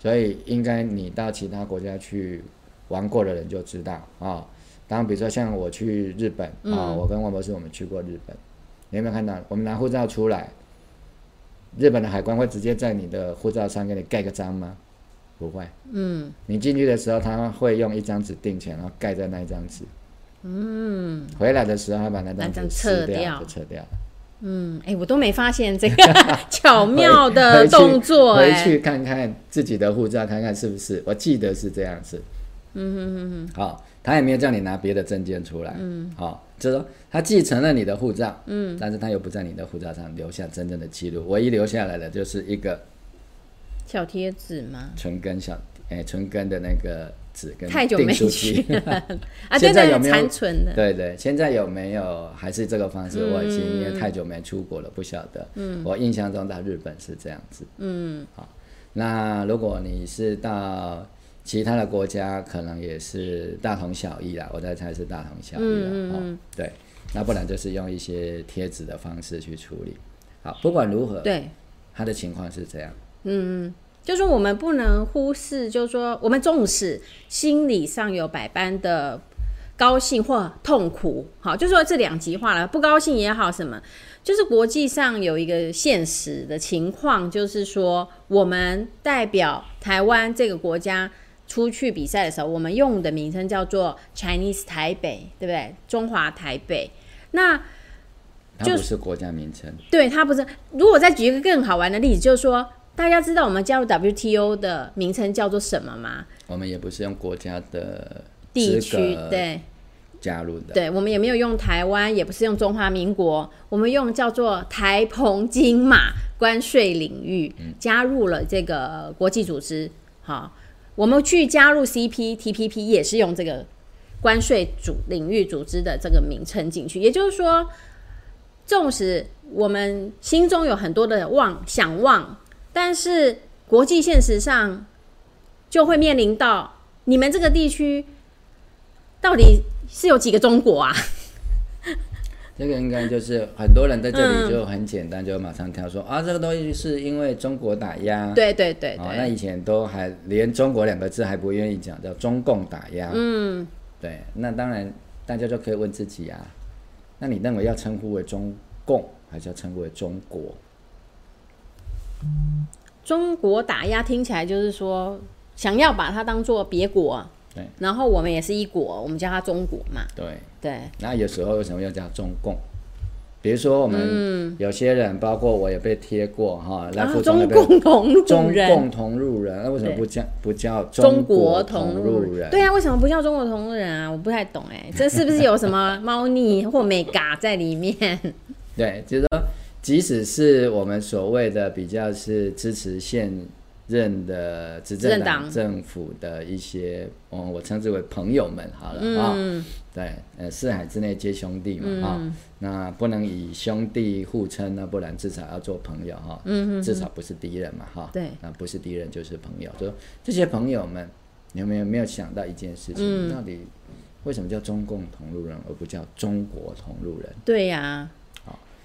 Speaker 3: 所以应该你到其他国家去玩过的人就知道啊、当然，比如说像我去日本啊、
Speaker 1: 嗯
Speaker 3: 我跟王博士我们去过日本，你有没有看到？我们拿护照出来，日本的海关会直接在你的护照上给你盖个章吗？不会。嗯。你进去的时候，他会用一张纸定起来，然后盖在那一张纸。嗯。回来的时候，他把那
Speaker 1: 那
Speaker 3: 张
Speaker 1: 张
Speaker 3: 纸
Speaker 1: 撤
Speaker 3: 撕
Speaker 1: 掉
Speaker 3: 就撤掉了。
Speaker 1: 嗯，哎，我都没发现这个
Speaker 3: [LAUGHS]
Speaker 1: 巧妙
Speaker 3: 回
Speaker 1: 的
Speaker 3: 去
Speaker 1: 动作，
Speaker 3: 回
Speaker 1: 哎，
Speaker 3: 去看看自己的护照，看看是不是，我记得是这样子。嗯哼哼哼。好，他也没有叫你拿别的证件出来。嗯。好，就是说他继承了你的护照，嗯，但是他又不在你的护照上留下真正的记录，唯一留下来的就是一个
Speaker 1: 小贴纸吗？
Speaker 3: 唇根小，哎、唇根的那个纸跟
Speaker 1: 太久
Speaker 3: 订
Speaker 1: 没
Speaker 3: 书
Speaker 1: 去
Speaker 3: 机。
Speaker 1: 了啊，对
Speaker 3: 现在
Speaker 1: 对，嗯
Speaker 3: 有没有
Speaker 1: 残存的，
Speaker 3: 对对，现在有没有还是这个方式？我已经因为太久没出国了，不晓得。嗯，我印象中到日本是这样子。
Speaker 1: 嗯，
Speaker 3: 那如果你是到其他的国家，可能也是大同小异啦。我在猜是大同小异啦。
Speaker 1: 嗯嗯
Speaker 3: 哦，对，那不然就是用一些贴纸的方式去处理。好，不管如何，
Speaker 1: 对，
Speaker 3: 他的情况是这样。
Speaker 1: 就是我们不能忽视，就是说我们纵使心理上有百般的高兴或痛苦，好，就说这两极化了，不高兴也好，什么，就是国际上有一个现实的情况，就是说我们代表台湾这个国家。出去比赛的时候，我们用的名称叫做 Chinese 台北，对不对？中华台北。那
Speaker 3: 它不是国家名称，
Speaker 1: 对它不是。如果再举一个更好玩的例子，就是说，大家知道我们加入 WTO 的名称叫做什么吗？
Speaker 3: 我们也不是用国家的
Speaker 1: 地
Speaker 3: 资
Speaker 1: 区
Speaker 3: 格
Speaker 1: 对
Speaker 3: 加入的。
Speaker 1: 对，我们也没有用台湾，也不是用中华民国，我们用叫做台澎金马关税领域，加入了这个国际组织。好，我们去加入 CPTPP 也是用这个关税组领域组织的这个名称进去，也就是说，纵使我们心中有很多的望想望，但是国际现实上就会面临到你们这个地区到底是有几个中国啊？
Speaker 3: 这个应该就是很多人在这里就很简单，就马上跳说、啊，这个东西是因为中国打压。
Speaker 1: 对对对
Speaker 3: 哦，那
Speaker 1: 对，
Speaker 3: 以前都还连中国两个字还不愿意讲，叫中共打压。嗯，对，那当然大家就可以问自己啊，那你认为要称呼为中共，还是要称呼为中国？
Speaker 1: 中国打压听起来就是说想要把它当做别国，
Speaker 3: 对，
Speaker 1: 然后我们也是一国，我们叫它中国嘛，
Speaker 3: 对。
Speaker 1: 对，
Speaker 3: 那有时候为什么要叫中共？比如说我
Speaker 1: 嗯
Speaker 3: 们有些人，包括我也被贴过哈，来
Speaker 1: 然后
Speaker 3: 福中
Speaker 1: 啊中
Speaker 3: 那边
Speaker 1: 共同路
Speaker 3: 中
Speaker 1: 人，
Speaker 3: 共同路人，那为什么
Speaker 1: 对
Speaker 3: 不叫不叫
Speaker 1: 国
Speaker 3: 国
Speaker 1: 同
Speaker 3: 路
Speaker 1: 对啊，为什么不叫中国同路人啊？我不太懂哎、这是不是有什么猫腻或美嘎在里面？ [LAUGHS]
Speaker 3: 对，就是说，即使是我们所谓的比较是支持现任的执政党
Speaker 1: 执
Speaker 3: 政府的一些，哦，我称之为朋友们好了啊、对，呃，四海之内皆兄弟嘛啊、那不能以兄弟互称呢，不然至少要做朋友哈、嗯至少不是敌人嘛哈、
Speaker 1: 对
Speaker 3: 那不是敌人就是朋友，就说这些朋友们，你有没有没有想到一件事情，到底为什么叫中共同路人，而不叫中国同路人？
Speaker 1: 对呀、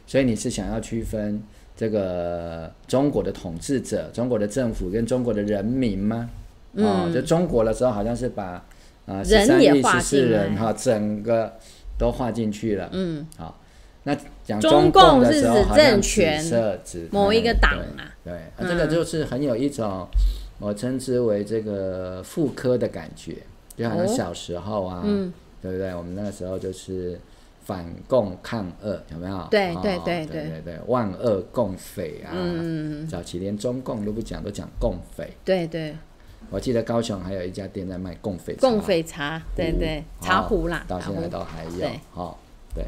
Speaker 3: 所以你是想要区分这个中国的统治者、中国的政府跟中国的人民吗？哦，就中国的时候，好像是把啊
Speaker 1: 嗯
Speaker 3: 十
Speaker 1: 人
Speaker 3: 三
Speaker 1: 也
Speaker 3: 亿
Speaker 1: 划
Speaker 3: 十四
Speaker 1: 进来
Speaker 3: 人哈、整个都划进去了。嗯，好、那讲
Speaker 1: 中
Speaker 3: 共
Speaker 1: 共
Speaker 3: 的
Speaker 1: 是
Speaker 3: 时候，
Speaker 1: 指
Speaker 3: 好像
Speaker 1: 政
Speaker 3: 只
Speaker 1: 权
Speaker 3: 涉指
Speaker 1: 某一个
Speaker 3: 嗯
Speaker 1: 党
Speaker 3: 对
Speaker 1: 啊
Speaker 3: 对啊，这个就是很有一种我称之为这个妇科的感觉，就好像
Speaker 1: 哦嗯
Speaker 3: 小时候啊，对不对？我们那个时候就是反共抗恶，有没有？
Speaker 1: 对
Speaker 3: 哦
Speaker 1: 对对
Speaker 3: 对
Speaker 1: 嗯
Speaker 3: 对
Speaker 1: 对
Speaker 3: 对万恶共匪啊！早期连中共都不讲，都讲共匪。
Speaker 1: 对对，
Speaker 3: 我记得高雄还有一家店在卖共匪茶嗯哦
Speaker 1: 共匪茶，对对，茶壶啦，
Speaker 3: 到
Speaker 1: 茶
Speaker 3: 现
Speaker 1: 壶
Speaker 3: 在都还有
Speaker 1: 对
Speaker 3: 哦，对，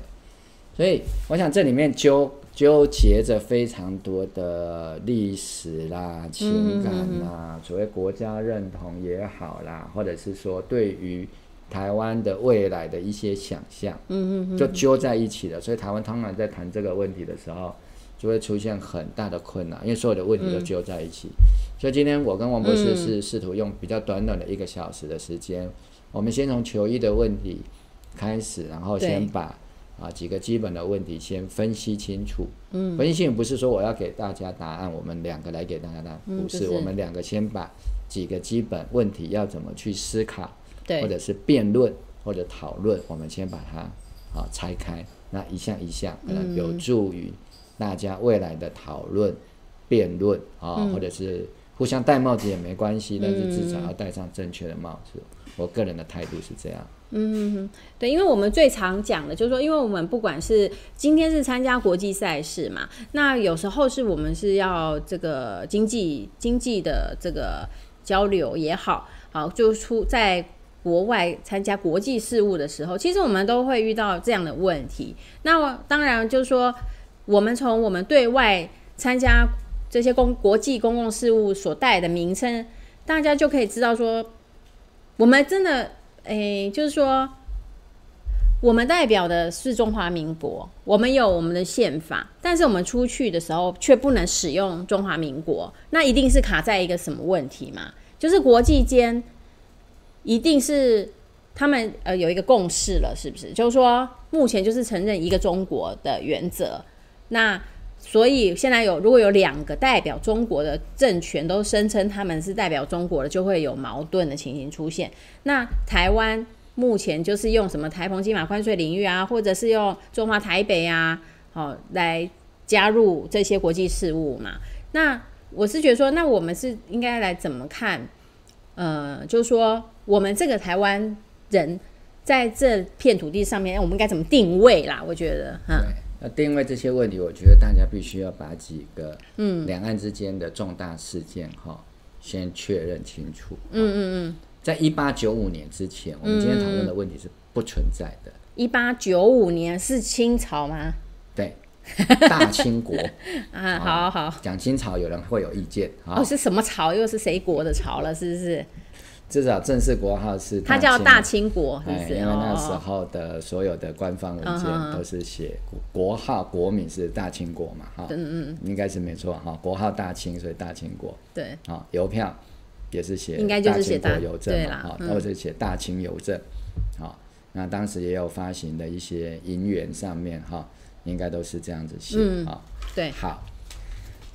Speaker 3: 所以我想这里面纠纠结着非常多的历史啦、情
Speaker 1: 嗯
Speaker 3: 感啦，所谓国家认同也好啦，或者是说对于台湾的未来的一些想象，嗯嗯，就揪在一起了。所以台湾通常在谈这个问题的时候，就会出现很大的困难，因为所有的问题都揪在一起。所以今天我跟王博士是试图用比较短短的一个小时的时间，我们先从求医的问题开始，然后先
Speaker 1: 对
Speaker 3: 把啊几个基本的问题先分析清楚。嗯，分析清楚不是说我要给大家答案，我们两个来给大家答案，
Speaker 1: 嗯
Speaker 3: 不
Speaker 1: 不
Speaker 3: 是，
Speaker 1: 是
Speaker 3: 我们两个先把几个基本问题要怎么去思考，或
Speaker 1: 对
Speaker 3: 者是辩论或者讨论，我们先把它啊拆开，那一项一项，可能有助于大家未来的讨论、辩论啊，或者是互相戴帽子也没关系，但是至少要戴上正确的帽子。我个人的态度是这样，
Speaker 1: 对，因为我们最常讲的就是说，因为我们不管是今天是参加国际赛事嘛，那有时候是我们是要这个经济经济的这个交流也好，好就出在。国外参加国际事务的时候，其实我们都会遇到这样的问题。那当然就是说，我们从我们对外参加这些公国际公共事务所带的名称，大家就可以知道说，我们真的，诶、就是说，我们代表的是中华民国，我们有我们的宪法，但是我们出去的时候却不能使用中华民国，那一定是卡在一个什么问题嘛？就是国际间一定是他们呃有一个共识了，是不是？就是说目前就是承认一个中国的原则，那。所以现在有如果有两个代表中国的政权都声称他们是代表中国的，就会有矛盾的情形出现。那台湾目前就是用什么台澎金马关税领域啊，或者是用中华台北啊，好、来加入这些国际事务嘛。那我是觉得说，那我们是应该来怎么看？呃，就是说我们这个台湾人在这片土地上面，我们该怎么定位啦？我觉得，嗯，
Speaker 3: 对，那定位这些问题，我觉得大家必须要把几个嗯两岸之间的重大事件哈、先确认清楚。嗯嗯嗯，在一八九五年之前，我们今天讨论的问题是不存在的。
Speaker 1: 一八九五年是清朝吗？ [LAUGHS]
Speaker 3: 对，大清国，哦
Speaker 1: 啊，好好。
Speaker 3: 讲清朝有人会有意见啊、
Speaker 1: 哦，是什么朝？又是谁国的朝了？是不是？
Speaker 3: 至少正式国号是
Speaker 1: 它叫大清国，是不
Speaker 3: 哎，
Speaker 1: 是？
Speaker 3: 因为那时
Speaker 1: 哦
Speaker 3: 候的所有的官方文
Speaker 1: 嗯
Speaker 3: 件都是写国国号国名是大清国嘛，哈，嗯嗯，应该是没错哈，国号大清，所以大清国
Speaker 1: 对，
Speaker 3: 啊，邮票也是写
Speaker 1: 应该就是写
Speaker 3: 大
Speaker 1: 大
Speaker 3: 清国邮政
Speaker 1: 对
Speaker 3: 嘛，
Speaker 1: 啦
Speaker 3: 哈，
Speaker 1: 嗯
Speaker 3: 或者写大清邮政，啊，那当时也有发行的一些银元上面哈，应该都是这样子写
Speaker 1: 嗯
Speaker 3: 啊，
Speaker 1: 对，
Speaker 3: 好，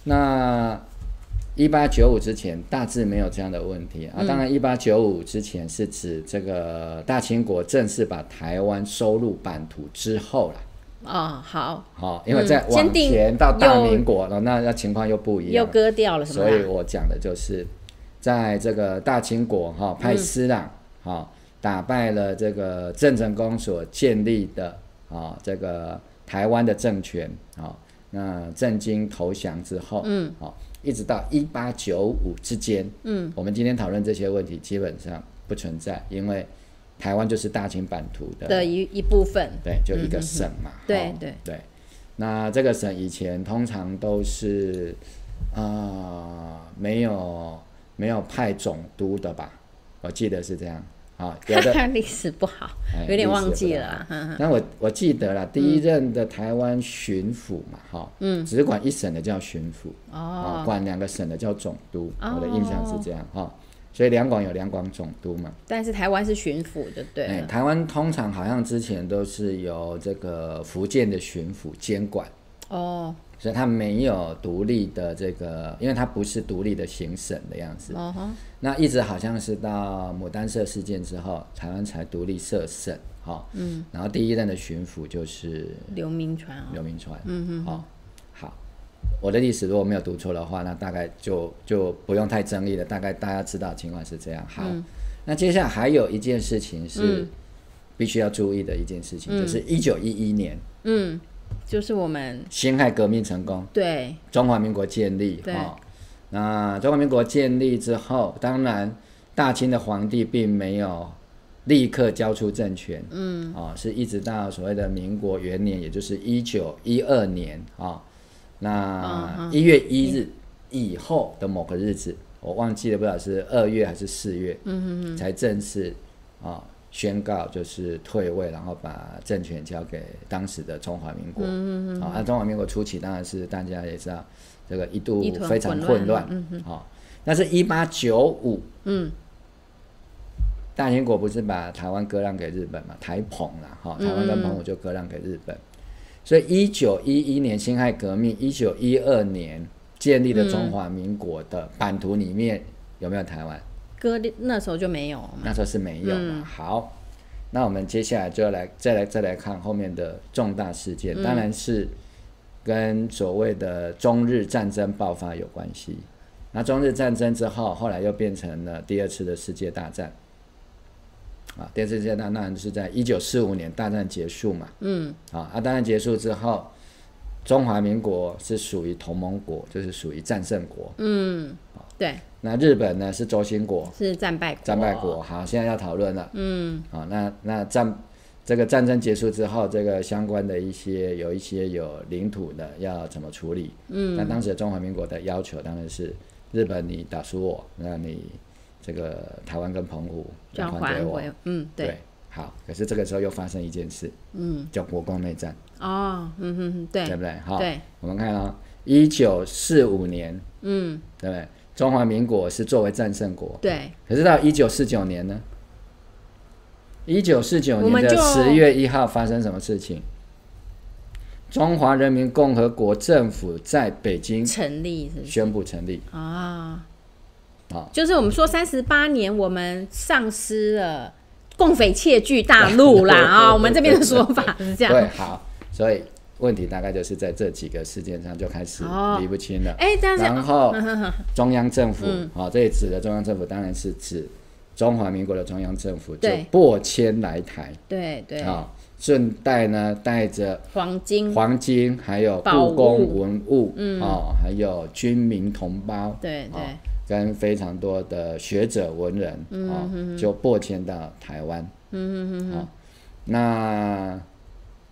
Speaker 3: 那一八九五之前大致没有这样的问题
Speaker 1: 嗯
Speaker 3: 啊。当然，一八九五之前是指这个大清国正式把台湾收入版图之后啦。
Speaker 1: 哦，好，
Speaker 3: 好、因为在
Speaker 1: 嗯
Speaker 3: 往
Speaker 1: 先定
Speaker 3: 前到大哦
Speaker 1: 又
Speaker 3: 民国了，那那情况又不一
Speaker 1: 又
Speaker 3: 样。
Speaker 1: 割掉了什么
Speaker 3: 所以嗯
Speaker 1: 啦？
Speaker 3: 我讲的就是在这个大清国哈、派施琅哈打败了这个郑成功所建立的啊、这个台湾的政权啊、那郑经投降之后，嗯，好、一直到一八九五之间，嗯，我们今天讨论这些问题基本上不存在，因为台湾就是大清版图的
Speaker 1: 的一一部分，
Speaker 3: 对，就一个省嘛。
Speaker 1: 嗯对
Speaker 3: 齁
Speaker 1: 对
Speaker 3: 对。那这个省以前通常都是啊、呃没有没有派总督的吧？我记得是这样。啊，有
Speaker 1: [LAUGHS]
Speaker 3: 的
Speaker 1: 历史不好，
Speaker 3: 哎
Speaker 1: 有点忘记。
Speaker 3: 历史
Speaker 1: 了嗯
Speaker 3: 不。太好那我我记得了，第一任的台湾巡抚嘛，哈，嗯，只管一省的叫巡抚，啊，
Speaker 1: 哦，
Speaker 3: 管两个省的叫总督，我的印象是
Speaker 1: 哦
Speaker 3: 这样哈。所以两广有两广总督嘛，
Speaker 1: 但是台湾是巡抚，就对
Speaker 3: 哎，
Speaker 1: 了。
Speaker 3: 台湾通常好像之前都是由这个福建的巡抚监管，
Speaker 1: 哦
Speaker 3: 所以它没有独立的这个，因为它不是独立的行省的样子。
Speaker 1: 哦吼，
Speaker 3: 那一直好像是到牡丹社事件之后，台湾才独立设省，哈、嗯，然后第一任的巡抚就是
Speaker 1: 刘铭传哦，
Speaker 3: 刘铭传，嗯嗯，好、好，我的历史如果没有读错的话，那大概就就不用太争议了，大概大家知道情况是这样。好，那接下来还有一件事情是必须要注意的一件事情，就是一九一一年
Speaker 1: 嗯，就是我们
Speaker 3: 辛亥革命成功，
Speaker 1: 对
Speaker 3: 中华民国建立，
Speaker 1: 对
Speaker 3: 哦，那中华民国建立之后，当然大清的皇帝并没有。立刻交出政权，嗯，哦，是一直到所谓的民国元年，也就是一九一二年啊、哦那一月一日以后的某个日子，我忘记了，不知道是二月还是四月，嗯才正式啊、宣告就是退位，然后把政权交给当时的中华民国。嗯啊，中华民国初期当然是大家也知道，这个一度
Speaker 1: 一度很
Speaker 3: 非常混
Speaker 1: 混
Speaker 3: 乱
Speaker 1: 乱，
Speaker 3: 嗯好、但是一八九五，嗯。大英国不是把台湾割让给日本嘛？台澎啦，哈、台湾跟澎湖就割让给日本。所以一九一一年辛亥革命，一九一二年建立的中华民国的版图里面、有没有台湾？
Speaker 1: 割裂那时候就没有嘛。
Speaker 3: 那时候是没有嘛。好，那我们接下来就来再来再来看后面的重大事件，当然是跟所谓的中日战争爆发有关系。那中日战争之后，后来又变成了第二次的世界大战。啊，第二次世界大战是在一九四五年大战结束嘛？嗯。啊，啊，大战结束之后，中华民国是属于同盟国，就是属于战胜国。
Speaker 1: 嗯，对，
Speaker 3: 那日本呢是轴心国，
Speaker 1: 是战败国。
Speaker 3: 战败国。好，现在要讨论了。嗯，好，那那战这个战争结束之后，这个相关的一些有一些有领土的要怎么处理？嗯，那当时的中华民国的要求当然是日本你打输我，那你这个台湾跟澎湖
Speaker 1: 就要
Speaker 3: 还给
Speaker 1: 还
Speaker 3: 我。
Speaker 1: 回，嗯，对，
Speaker 3: 好，可是这个时候又发生一件事，嗯，叫国共内战，
Speaker 1: 哦，嗯哼哼，对
Speaker 3: 对不对？好，
Speaker 1: 对，
Speaker 3: 我们看啊、一九四五年，嗯，对不对？中华民国是作为战胜国，
Speaker 1: 对，
Speaker 3: 可是到一九四九年呢？一九四九
Speaker 1: 我
Speaker 3: 年
Speaker 1: 们
Speaker 3: 的
Speaker 1: 就
Speaker 3: 十月一号发生什么事情？中华人民共和国政府在北京
Speaker 1: 成立是不是
Speaker 3: 宣布成立。
Speaker 1: 啊？
Speaker 3: 啊
Speaker 1: 就是我们说三十八年，我们丧失了共匪窃据大陆
Speaker 3: [LAUGHS]
Speaker 1: 啦啊、我们这边的说法是这
Speaker 3: 对，
Speaker 1: 样。
Speaker 3: 好，所以问题大概就是在这几个事件上就开始
Speaker 1: 哦
Speaker 3: 理不清了。
Speaker 1: 哎，但是 [LAUGHS]
Speaker 3: 然后中央政府，
Speaker 1: 嗯
Speaker 3: 好、这里指的中央政府当然是指中华民国的中央政府，就
Speaker 1: 对
Speaker 3: 拨迁来台
Speaker 1: 对对，
Speaker 3: 啊，顺带呢带着
Speaker 1: 黄金
Speaker 3: 黄金，还有
Speaker 1: 宝嗯
Speaker 3: 故宫文物，哦，还有军民同胞，
Speaker 1: 对
Speaker 3: 哦
Speaker 1: 对，
Speaker 3: 跟非常多的学者文人，
Speaker 1: 嗯
Speaker 3: 哦，就拨迁到台湾，嗯嗯嗯，那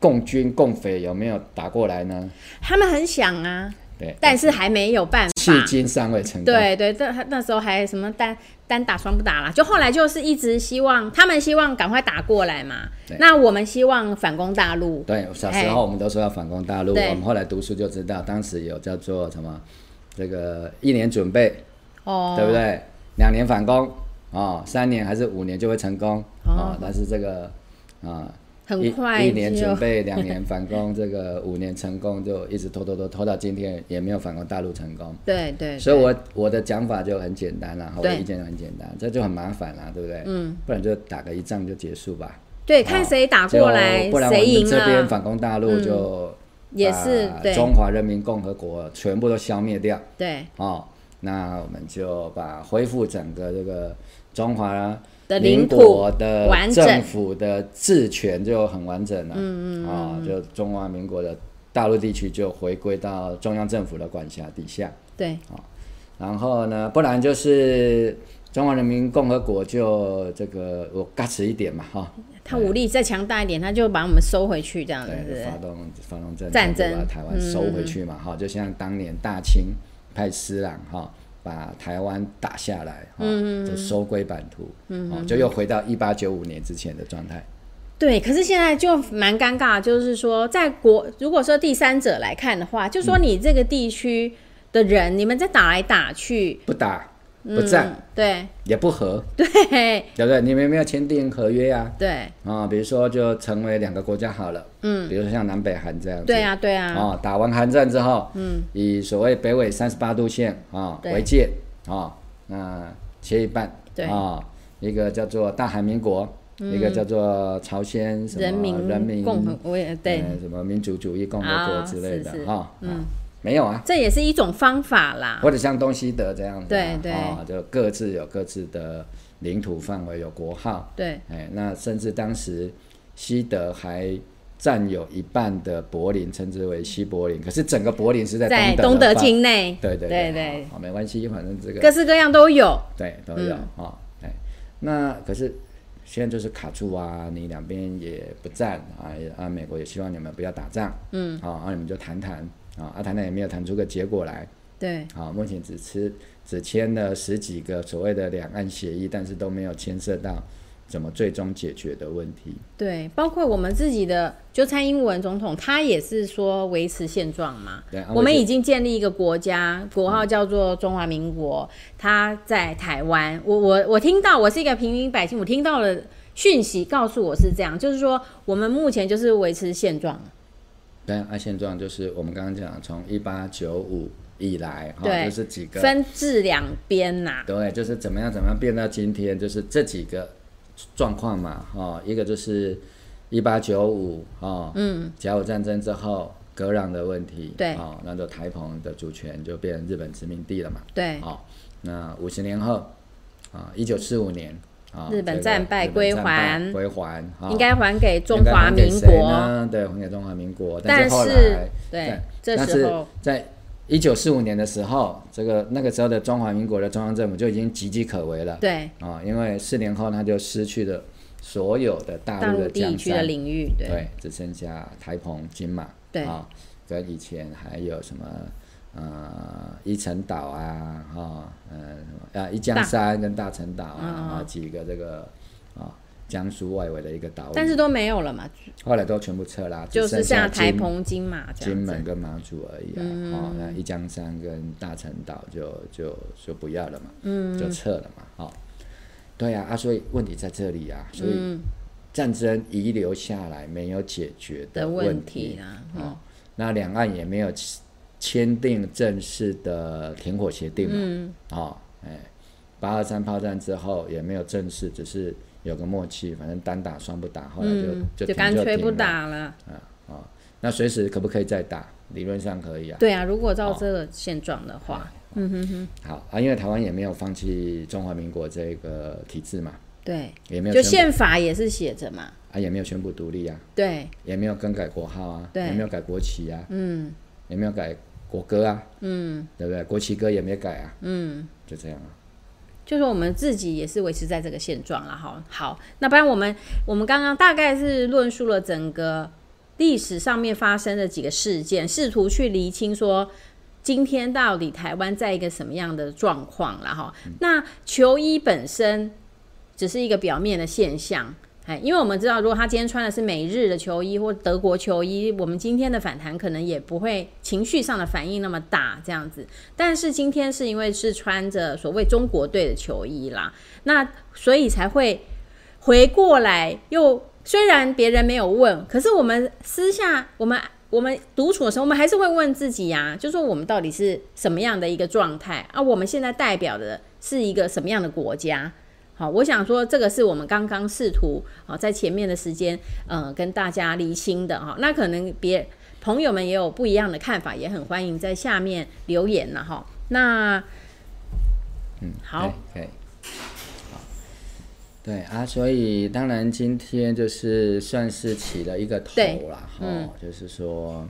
Speaker 3: 共军共匪有没有打过来呢？
Speaker 1: 他们很想啊，
Speaker 3: 对，
Speaker 1: 但是还没有办
Speaker 3: 迄
Speaker 1: 法。
Speaker 3: 今尚未成功，
Speaker 1: 对对，但他那时候还什么单单打双不打啦，就后来就是一直希望他们希望赶快打过来嘛
Speaker 3: 对，
Speaker 1: 那我们希望反攻大陆。
Speaker 3: 对，小时候我们都说要反攻大陆，
Speaker 1: 对
Speaker 3: 我们后来读书就知道，当时有叫做什么，这个一年准备，
Speaker 1: 哦，
Speaker 3: 对不？对？两年反攻啊、哦三年还是五年就会成功啊、哦但是这个啊、
Speaker 1: 很
Speaker 3: 一
Speaker 1: 快
Speaker 3: 一年准
Speaker 1: 就
Speaker 3: 备，两年反
Speaker 1: [LAUGHS]
Speaker 3: 攻，这个五年成功就一直拖拖拖拖到今天也没有反攻大陆成功。
Speaker 1: 对对，
Speaker 3: 所以我我的讲法就很简单了，我的
Speaker 1: 对
Speaker 3: 意见就很简单，这就很麻烦了，对不对？嗯，不然就打个一仗就结束吧。
Speaker 1: 对，看谁打过来
Speaker 3: 就不，然我
Speaker 1: 谁
Speaker 3: 们
Speaker 1: 赢
Speaker 3: 这边
Speaker 1: 了，
Speaker 3: 反啊攻大陆就
Speaker 1: 也是
Speaker 3: 把
Speaker 1: 对
Speaker 3: 中华人民共和国全部都消灭掉。
Speaker 1: 对
Speaker 3: 哦，那我们就把恢复整个这个中华
Speaker 1: 的
Speaker 3: 民
Speaker 1: 领
Speaker 3: 国
Speaker 1: 土
Speaker 3: 的
Speaker 1: 完整
Speaker 3: 政府的治权就很完整了，嗯嗯啊、就中华民国的大陆地区就回归到中央政府的管辖底下。
Speaker 1: 对，
Speaker 3: 然后呢，不然就是中华人民共和国就这个我嘎吱一点嘛哈，
Speaker 1: 他武力再强大一点，他就把我们收回去，这样子
Speaker 3: 对，
Speaker 1: 是不是
Speaker 3: 发动发动战
Speaker 1: 战
Speaker 3: 争，嗯
Speaker 1: 争
Speaker 3: 把台湾收回去嘛哈，就像当年大清派施琅哈。把台湾打下来，哈、就收归版图，哦，就又回到一八九五年之前的状态。
Speaker 1: 对，可是现在就蛮尴尬，就是说，在国如果说第三者来看的话，就说你这个地区的人，你们在打来打去，
Speaker 3: 不打、不战、
Speaker 1: 嗯，对
Speaker 3: 也不和，
Speaker 1: 对
Speaker 3: 对不对？你们没有签订合约啊，
Speaker 1: 对
Speaker 3: 啊、比如说就成为两个国家好了，嗯，比如说像南北韩这样子，
Speaker 1: 对啊对啊，
Speaker 3: 哦，打完韩战之后，嗯，以所谓北纬三十八度线啊、
Speaker 1: 对
Speaker 3: 为界啊，那、切一半，
Speaker 1: 对嗯
Speaker 3: 啊、一个叫做大韩民国，一个叫做朝鲜什么
Speaker 1: 人民
Speaker 3: 人民
Speaker 1: 共和我也对，
Speaker 3: 呃什么民主主义共和国
Speaker 1: 啊
Speaker 3: 之类的
Speaker 1: 是是
Speaker 3: 哈、嗯，没有啊，
Speaker 1: 这也是一种方法啦。
Speaker 3: 或者像东西德这样子、啊，
Speaker 1: 对对
Speaker 3: 哦，就各自有各自的领土范围，有国号，
Speaker 1: 对
Speaker 3: 哎，那甚至当时西德还占有一半的柏林，称之为西柏林，可是整个柏林是在
Speaker 1: 在东
Speaker 3: 东德
Speaker 1: 德
Speaker 3: 的范
Speaker 1: 境内，
Speaker 3: 对对
Speaker 1: 对
Speaker 3: 对
Speaker 1: 对，
Speaker 3: 好，好没关系，反正这个
Speaker 1: 各嗯式各样都有。
Speaker 3: 对都有啊、哦，哎，那可是。现在就是卡住啊，你两边也不战啊也啊，美国也希望你们不要打仗，嗯，啊，啊你们就谈谈啊，啊谈谈也没有谈出个结果来，
Speaker 1: 对
Speaker 3: 啊，目前只吃只签了十几个所谓的两岸协议，但是都没有牵涉到怎么最终解决的问题。
Speaker 1: 对，包括我们自己的，就蔡英文总统，他也是说维持现状嘛。
Speaker 3: 对啊
Speaker 1: 我们
Speaker 3: 维持
Speaker 1: 已经建立一个国家，国
Speaker 3: 嗯
Speaker 1: 号叫做中华民国，他在台湾。我我我听到，我是一个平民百姓，我听到了讯息，告诉我是这样，就是说我们目前就是维持现状。
Speaker 3: 但按现状就是我们刚刚讲，从一八九五以来，哈、
Speaker 1: 对
Speaker 3: 就是几个
Speaker 1: 分治两边呐、
Speaker 3: 对，就是怎么样怎么样变到今天，就是这几个状况嘛，哈、一个就是一八九五，哈，嗯，甲午战争之后。割让的问题，
Speaker 1: 对
Speaker 3: 哦，那就台澎的主权就变成日本殖民地了嘛，
Speaker 1: 对
Speaker 3: 好、那五十年后，啊，一九四五年，啊，
Speaker 1: 日本
Speaker 3: 这个
Speaker 1: 战败
Speaker 3: 日本
Speaker 1: 归
Speaker 3: 战败
Speaker 1: 还
Speaker 3: 归还，啊
Speaker 1: 应该还给中
Speaker 3: 应该
Speaker 1: 华
Speaker 3: 还给
Speaker 1: 民
Speaker 3: 谁
Speaker 1: 国。
Speaker 3: 呢对，还给中华民国，
Speaker 1: 但
Speaker 3: 后
Speaker 1: 是
Speaker 3: 来，
Speaker 1: 对，
Speaker 3: 在
Speaker 1: 这
Speaker 3: 但
Speaker 1: 时
Speaker 3: 是
Speaker 1: 候
Speaker 3: 在一九四五年的时候，这个那个时候的中华民国的中央政府就已经岌岌可危了，
Speaker 1: 对
Speaker 3: 啊，因为四年后他就失去了所有的大
Speaker 1: 大
Speaker 3: 陆
Speaker 1: 陆
Speaker 3: 的江
Speaker 1: 地区的
Speaker 3: 山
Speaker 1: 领域，对
Speaker 3: 对，只剩下台澎金马，
Speaker 1: 对
Speaker 3: 啊、跟以前还有什么呃一城岛啊，哈、呃什么啊一江
Speaker 1: 大
Speaker 3: 山跟大陈岛啊，
Speaker 1: 嗯嗯
Speaker 3: 几个这个啊、江苏外围的一个岛屿，
Speaker 1: 但是都没有了嘛，
Speaker 3: 后来都全部撤拉，只
Speaker 1: 就是
Speaker 3: 剩下
Speaker 1: 像台
Speaker 3: 金
Speaker 1: 澎金马这
Speaker 3: 金
Speaker 1: 样
Speaker 3: 门
Speaker 1: 子。嗯
Speaker 3: 跟马祖而已啊，哦，那一江山跟大陈岛就就就不要了嘛，嗯，就撤了嘛，哦，对呀、啊，所以问题在这里啊，
Speaker 1: 嗯
Speaker 3: 所以战争遗留下来没有解决
Speaker 1: 的
Speaker 3: 问
Speaker 1: 问题啊
Speaker 3: 哦，那两岸也没有签签订正式的停火协定嘛，嗯，哦，哎，八二三炮战之后也没有正式，只是有个默契，反正单打双不打，后来就、
Speaker 1: 嗯，就
Speaker 3: 就停
Speaker 1: 干脆
Speaker 3: 停
Speaker 1: 不
Speaker 3: 了
Speaker 1: 打了。
Speaker 3: 那随时可不可以再打？理论上可以啊。
Speaker 1: 对啊，如果照这个现状的话，
Speaker 3: 好啊，因为台湾也没有放弃中华民国这个体制嘛，
Speaker 1: 对，
Speaker 3: 也没有
Speaker 1: 就
Speaker 3: 宣布
Speaker 1: 宪法也是写着嘛，
Speaker 3: 啊，也没有宣布独立啊，
Speaker 1: 对
Speaker 3: 也没有更改国号啊，
Speaker 1: 对
Speaker 3: 也没有改国旗啊，嗯，也没有改国歌啊，嗯，对不对？国旗歌也没改啊，嗯，就这样啊。
Speaker 1: 就是我们自己也是维持在这个现状了哈。好，那不然我们我们刚刚大概是论述了整个历史上面发生的几个事件，试图去厘清说今天到底台湾在一个什么样的状况了哈。那球衣本身只是一个表面的现象。哎，因为我们知道，如果他今天穿的是美日的球衣或德国球衣，我们今天的反弹可能也不会情绪上的反应那么大，这样子。但是今天是因为是穿着所谓中国队的球衣啦，那所以才会回过来又虽然别人没有问，可是我们私下我们我们独处的时候，我们还是会问自己呀、就说我们到底是什么样的一个状态啊？我们现在代表的是一个什么样的国家？好，我想说这个是我们刚刚试图啊在前面的时间，呃，跟大家厘清的哈、那可能别朋友们也有不一样的看法，也很欢迎在下面留言了哈、那
Speaker 3: 嗯，
Speaker 1: 好
Speaker 3: 可以，可以，好，对啊，所以当然今天就是算是起了一个头
Speaker 1: 对
Speaker 3: 啦，哈、
Speaker 1: 嗯
Speaker 3: 就是说，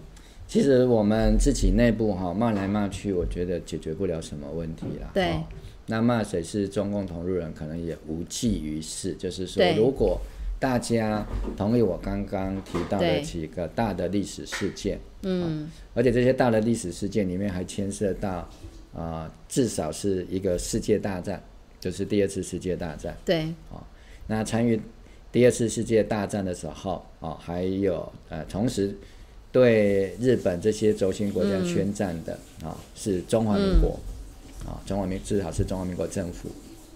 Speaker 3: 其实我们自己内部哈、骂来骂去，我觉得解决不了什么问题啦，
Speaker 1: 对
Speaker 3: 齁那骂谁是中共同路人，可能也无济于事，就是说，
Speaker 1: 对
Speaker 3: 如果大家同意我刚刚提到的
Speaker 1: 对
Speaker 3: 几个大的历史事件，
Speaker 1: 嗯，
Speaker 3: 而且这些大的历史事件里面还牵涉到，啊、至少是一个世界大战，就是第二次世界大战。
Speaker 1: 对，
Speaker 3: 那参与第二次世界大战的时候，哦，还有呃，同时对日本这些轴心国家宣战的啊、是中华民国，啊、中华民至少是中华民国政府，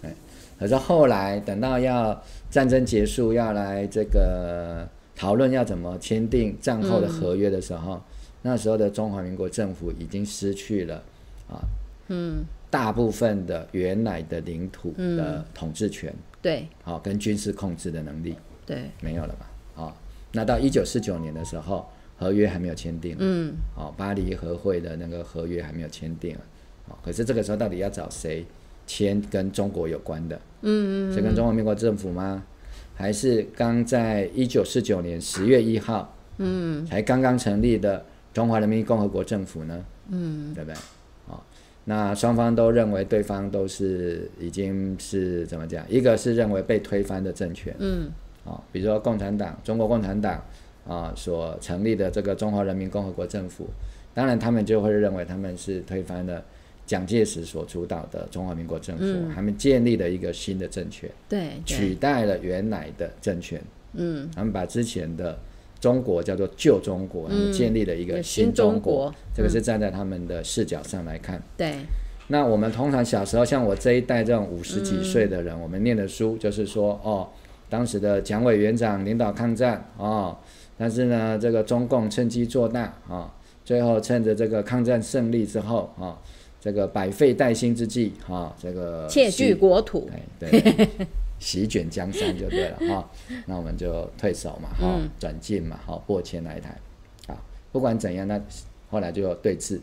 Speaker 3: 哎，可是后来等到要战争结束，要来这个讨论要怎么签订战后的合约的时候，那时候的中华民国政府已经失去了啊，嗯，大部分的原来的领土的统治权。
Speaker 1: 对，
Speaker 3: 好、跟军事控制的能力
Speaker 1: 对，
Speaker 3: 没有了吧？好、那到一九四九年的时候，合约还没有签订，
Speaker 1: 嗯，
Speaker 3: 好、哦巴黎和会的那个合约还没有签订啊，好、可是这个时候到底要找谁签跟中国有关的？嗯嗯是跟中华民国政府吗？还是刚在一九四九年十月一号，嗯，才刚刚成立的中华人民共和国政府呢？嗯，对不对？那双方都认为对方都是已经是怎么讲？一个是认为被推翻的政权，嗯，啊、比如说共产党，中国共产党啊、所成立的这个中华人民共和国政府，当然他们就会认为他们是推翻了蒋介石所主导的中华民国政府，他们建立了一个新的政权，
Speaker 1: 嗯对，
Speaker 3: 取
Speaker 1: 对，
Speaker 3: 代了原来的政权，
Speaker 1: 嗯，
Speaker 3: 他们把之前的中国叫做旧中国，他们建立了一个
Speaker 1: 有嗯
Speaker 3: 新
Speaker 1: 新
Speaker 3: 中
Speaker 1: 中国嗯
Speaker 3: 这个是站在他们的视角上来看。
Speaker 1: 对，
Speaker 3: 那我们通常小时候，像我这一代这种五十几岁的人，我们念的书就是说，哦，当时的蒋委员长领导抗战，哦，但是呢，这个中共趁机做大，哦，最后趁着这个抗战胜利之后，哦，这个百废待兴之际，哈、哦，这个
Speaker 1: 窃据
Speaker 3: 习
Speaker 1: 国土，
Speaker 3: 哎，对， [LAUGHS] 席卷江山就对了哈、那我们就退守嘛，哈、转进嘛，哈、过迁来台，啊，不管怎样，那后来就对峙。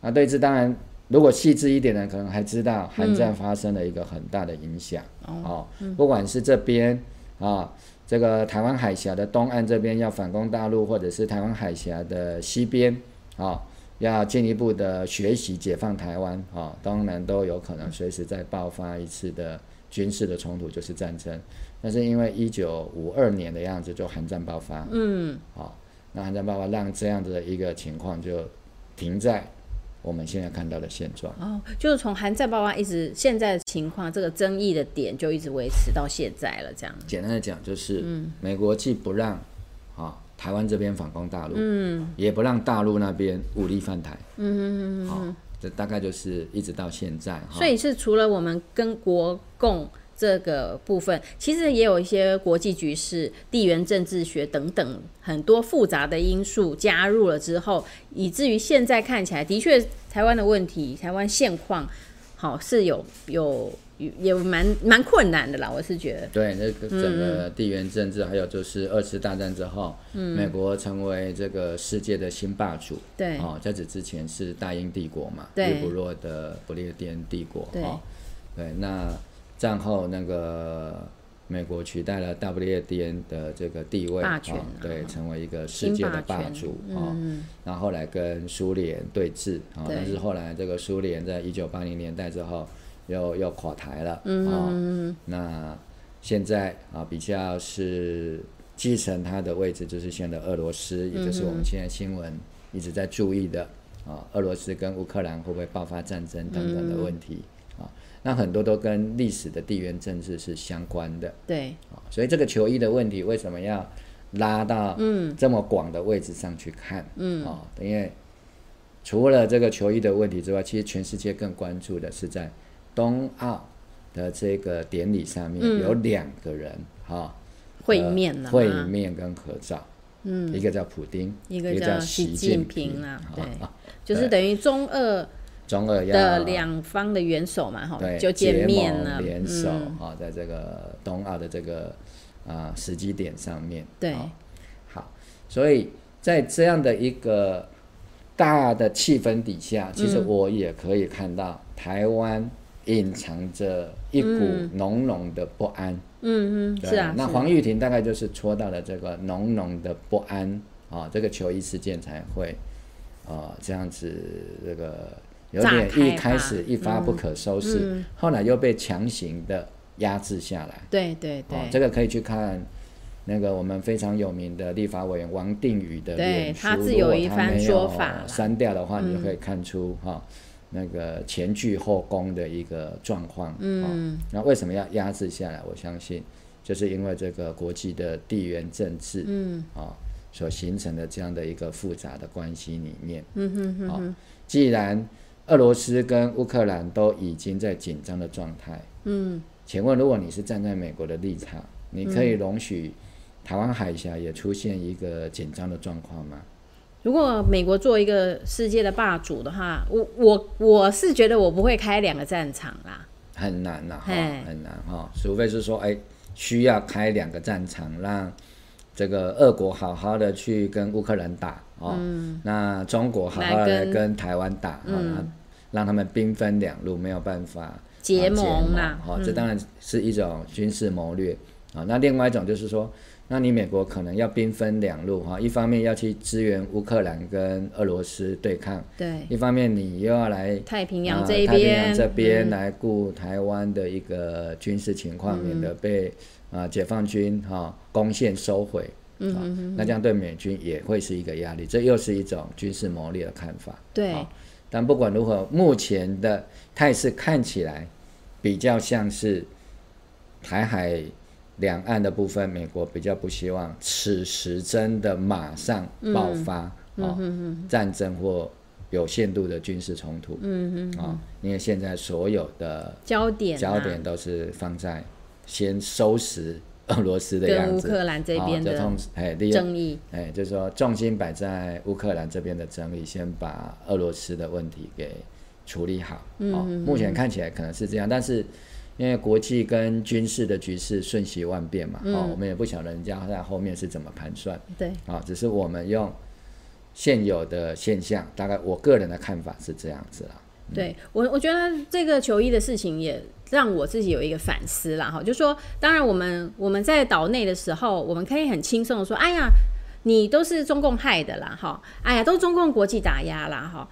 Speaker 3: 那对峙当然，如果细致一点的，可能还知道韩战发生了一个很大的影响、哦，不管是这边啊。这个台湾海峡的东岸这边要反攻大陆，或者是台湾海峡的西边啊、要进一步的学习解放台湾啊、当然都有可能随时再爆发一次的军事的冲突，就是战争。但是因为一九五二年的样子就韩战爆发，嗯，啊、那韩战爆发让这样子的一个情况就停在我们现在看到的现状。
Speaker 1: 哦，就是从韩战爆发一直现在的情况，这个争议的点就一直维持到现在了，这样，
Speaker 3: 简单的讲就是，美国既不让啊、台湾这边反攻大陆，嗯，也不让大陆那边武力犯台，嗯嗯嗯，好、这大概就是一直到现在哈。
Speaker 1: 所以是除了我们跟国共这个部分，其实也有一些国际局势、地缘政治学等等很多复杂的因素加入了之后，以至于现在看起来，的确台湾的问题、台湾现况，好是有有有也蛮蛮困难的啦，我是觉得，
Speaker 3: 对，那个整个地缘政治，还有就是二次大战之后，
Speaker 1: 嗯
Speaker 3: 美国成为这个世界的新霸主。
Speaker 1: 对
Speaker 3: 哦，在此之前是大英帝国嘛，
Speaker 1: 对
Speaker 3: 日不落的不列颠帝国。
Speaker 1: 对
Speaker 3: 哦，对，那战后那个美国取代了大不列颠的这个地位，
Speaker 1: 霸权
Speaker 3: 哦
Speaker 1: 啊
Speaker 3: 对，成为一个世界的
Speaker 1: 新霸
Speaker 3: 霸
Speaker 1: 权嗯
Speaker 3: 主。哦，然后后来跟苏联对峙啊、
Speaker 1: 对
Speaker 3: 但是后来这个苏联在一九八零年代之后又又垮台了，嗯、那现在啊比较是继承它的位置，就是现在的俄罗斯，也就是我们现在新闻一直在注意的啊，俄罗斯跟乌克兰会不会爆发战争等等的问题、啊，那很多都跟历史的地缘政治是相关的。
Speaker 1: 对
Speaker 3: 啊所以这个球衣的问题为什么要拉到
Speaker 1: 嗯
Speaker 3: 这么广的位置上去看？嗯，啊、因为除了这个球衣的问题之外，其实全世界更关注的是在冬奥的这个典礼上面、有两个人哈、
Speaker 1: 嗯会面
Speaker 3: 呃
Speaker 1: 了、
Speaker 3: 会，面跟合照，嗯，一个叫普丁，
Speaker 1: 一
Speaker 3: 个
Speaker 1: 个叫
Speaker 3: 习
Speaker 1: 习近平
Speaker 3: 平
Speaker 1: 啦
Speaker 3: 啊，
Speaker 1: 对
Speaker 3: 啊
Speaker 1: 就是
Speaker 3: 对
Speaker 1: 等于中俄
Speaker 3: 中俄要
Speaker 1: 的两方的元首嘛，哈，
Speaker 3: 对
Speaker 1: 就见面
Speaker 3: 结
Speaker 1: 了
Speaker 3: 盟，联手
Speaker 1: 嗯，
Speaker 3: 啊、在这个冬奥的这个啊、时机点上面，
Speaker 1: 对
Speaker 3: 啊好，所以在这样的一个
Speaker 1: 嗯
Speaker 3: 大的气氛底下，其实我也可以看到台湾隐藏着一股浓浓的不安。
Speaker 1: 嗯嗯，
Speaker 3: 对
Speaker 1: 是啊，
Speaker 3: 那
Speaker 1: 是
Speaker 3: 黄玉婷大概就是戳到了这个浓浓的不安啊、这个球衣事件才会呃这样子这个有
Speaker 1: 炸
Speaker 3: 点
Speaker 1: 开
Speaker 3: 一
Speaker 1: 吧嗯
Speaker 3: 开始一发不可收拾，后来又被强行的压制下来。
Speaker 1: 对对对，
Speaker 3: 哦，这个可以去看那个我们非常有名的立法委员王定宇的
Speaker 1: 对
Speaker 3: 脸书，
Speaker 1: 他自
Speaker 3: 如
Speaker 1: 有
Speaker 3: 果
Speaker 1: 一
Speaker 3: 他
Speaker 1: 番
Speaker 3: 没
Speaker 1: 说
Speaker 3: 有
Speaker 1: 法啦
Speaker 3: 删掉的话，你就可以看出哈、那个前倨后恭的一个状况。嗯、那为什么要压制下来？我相信就是因为这个国际的地缘政治，嗯，啊、所形成的这样的一个复杂的关系里面，
Speaker 1: 嗯哼哼，
Speaker 3: 啊、既然俄罗斯跟乌克兰都已经在紧张的状态，
Speaker 1: 嗯，
Speaker 3: 请问，如果你是站在美国的立场，你可以容许台湾海峡也出现一个紧张的状况吗？
Speaker 1: 如果美国做一个世界的霸主的话，我我我是觉得我不会开两个战场啦。
Speaker 3: 很难呐、哈
Speaker 1: 嘿，
Speaker 3: 很难哈、除非是说，哎，需要开两个战场，让这个俄国好好的去跟乌克兰打哦，那中国好好
Speaker 1: 嗯来
Speaker 3: 的
Speaker 1: 跟嗯
Speaker 3: 跟台湾打，哦那让他们兵分两路，没有办法
Speaker 1: 结
Speaker 3: 啊
Speaker 1: 盟嗯啦
Speaker 3: 哈、这当然是一种军事谋略啊、那另外一种就是说，那你美国可能要兵分两路哈、一方面要去支援乌克兰跟俄罗斯对抗，
Speaker 1: 对，
Speaker 3: 一方面你又要来
Speaker 1: 太平洋
Speaker 3: 啊
Speaker 1: 这一
Speaker 3: 太平
Speaker 1: 边，嗯
Speaker 3: 洋这边来顾台湾的一个军事情况，免得被啊、解放军哈、攻陷收回。嗯那这样对美军也会是一个压力，这又是一种军事谋略的看法。
Speaker 1: 对
Speaker 3: 啊但不管如何，目前的态势看起来比较像是台海两岸的部分，美国比较不希望此时真的马上爆发啊、
Speaker 1: 嗯
Speaker 3: 战争或有限度的军事冲突。嗯嗯啊、因为现在所有的
Speaker 1: 焦点、啊、
Speaker 3: 焦点都是放在先收拾俄罗斯的
Speaker 1: 跟
Speaker 3: 样
Speaker 1: 乌
Speaker 3: 子，
Speaker 1: 克兰这
Speaker 3: 啊
Speaker 1: 边
Speaker 3: 就
Speaker 1: 的
Speaker 3: 同时哎利用
Speaker 1: 争议，
Speaker 3: 哎，就是说重心摆在乌克兰这边的争议，先把俄罗斯的问题给处理好。
Speaker 1: 嗯
Speaker 3: 哦，目前看起来可能是这样，但是因为国际跟军事的局势瞬息万变嘛，
Speaker 1: 嗯
Speaker 3: 哦，我们也不晓得人家在后面是怎么盘算。
Speaker 1: 对，
Speaker 3: 啊、只是我们用现有的现象，大概我个人的看法是这样子啦。
Speaker 1: 对我，我觉得这个球衣的事情也让我自己有一个反思啦，哈，就说当然我们我们在岛内的时候，我们可以很轻松的说，哎呀，你都是中共害的啦，哈，哎呀，都是中共国际打压啦，哈，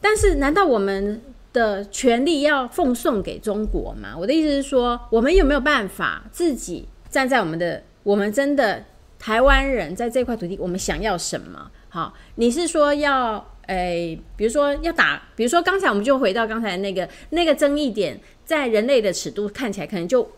Speaker 1: 但是难道我们的权利要奉送给中国吗？我的意思是说，我们有没有办法自己站在我们的，我们真的台湾人在这块土地，我们想要什么？好，你是说要，诶、比如说要打，比如说刚才我们就回到刚才那个那个争议点，在人类的尺度看起来可能就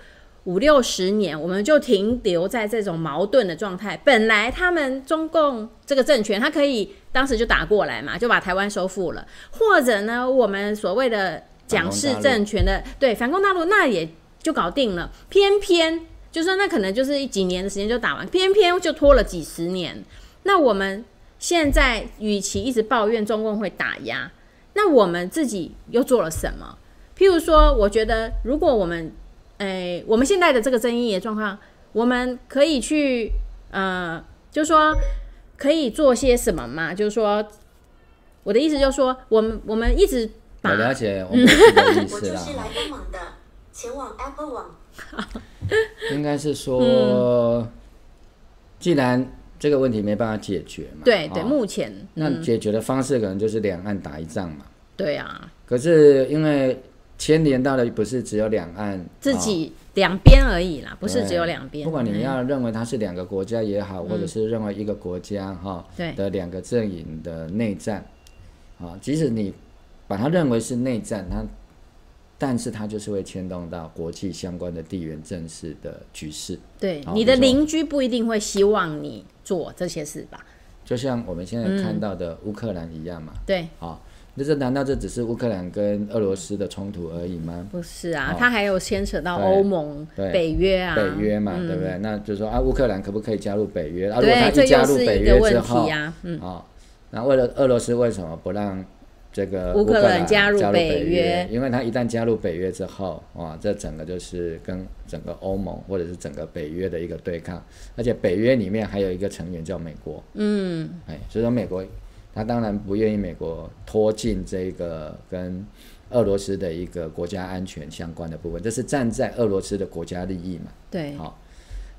Speaker 1: 五六十年，我们就停留在这种矛盾的状态。本来他们中共这个政权，他可以当时就打过来嘛，就把台湾收复了，或者呢，我们所谓的蒋氏政权的对反攻大陆，那也就搞定了。偏偏就是说那可能就是几年的时间就打完，偏偏就拖了几十年。那我们现在与其一直抱怨中共会打压，那我们自己又做了什么？譬如说，我觉得如果我们诶，哎我们现在的这个争议的状况，我们可以去呃，就是说可以做些什么嘛？就是说，我的意思就是说，我们我们一直把
Speaker 3: 我了解我们的意
Speaker 4: 嗯我
Speaker 3: 思
Speaker 4: 就
Speaker 3: 啦。
Speaker 4: 是来帮忙的，前往 Apple 网。
Speaker 3: 应该是说，
Speaker 1: 嗯
Speaker 3: 既然这个问题没办法解决嘛，
Speaker 1: 对对，
Speaker 3: 哦
Speaker 1: 目前
Speaker 3: 那解决的方式可能就是两岸打一仗嘛。
Speaker 1: 对啊，
Speaker 3: 可是因为牵连到的不是只有两岸
Speaker 1: 自
Speaker 3: 哦
Speaker 1: 己两边而已啦，不是只有
Speaker 3: 对
Speaker 1: 两边。
Speaker 3: 哦不管你
Speaker 1: 嗯
Speaker 3: 要认为它是两个国家也好，或者是认为一个国家哈、
Speaker 1: 对
Speaker 3: 的两个阵营的内战，啊，即使你把它认为是内战，它但是它就是会牵动到国际相关的地缘政治的局势。
Speaker 1: 对
Speaker 3: 好
Speaker 1: 你的
Speaker 3: 没错
Speaker 1: 邻居不一定会希望你做这些事吧？
Speaker 3: 就像我们现在
Speaker 1: 嗯
Speaker 3: 看到的乌克兰一样嘛，
Speaker 1: 对，
Speaker 3: 啊，那这难道这只是乌克兰跟俄罗斯的冲突而已吗？
Speaker 1: 不是啊，
Speaker 3: 好
Speaker 1: 它还有牵扯到
Speaker 3: 对
Speaker 1: 欧盟、
Speaker 3: 哦对
Speaker 1: 北约啊，
Speaker 3: 北约嘛，对不对？那就是说啊，乌克兰可不可以加入北约？啊，如果他
Speaker 1: 对，这
Speaker 3: 一加
Speaker 1: 又
Speaker 3: 入
Speaker 1: 是
Speaker 3: 北
Speaker 1: 一个
Speaker 3: 约之
Speaker 1: 问
Speaker 3: 后
Speaker 1: 题，啊。嗯，
Speaker 3: 啊，那为了俄罗斯为什么不让这个
Speaker 1: 乌克兰
Speaker 3: 兰
Speaker 1: 加入
Speaker 3: 入
Speaker 1: 北
Speaker 3: 北
Speaker 1: 约
Speaker 3: 因为他一旦加入北约之后，哇，这整个就是跟整个欧盟或者是整个北约的一个对抗，而且北约里面还有一个成员叫美国，嗯，哎，所以说美国他当然不愿意美国拖进这个跟俄罗斯的一个国家安全相关的部分，这是站在俄罗斯的国家利益嘛。
Speaker 1: 对，嗯
Speaker 3: 好，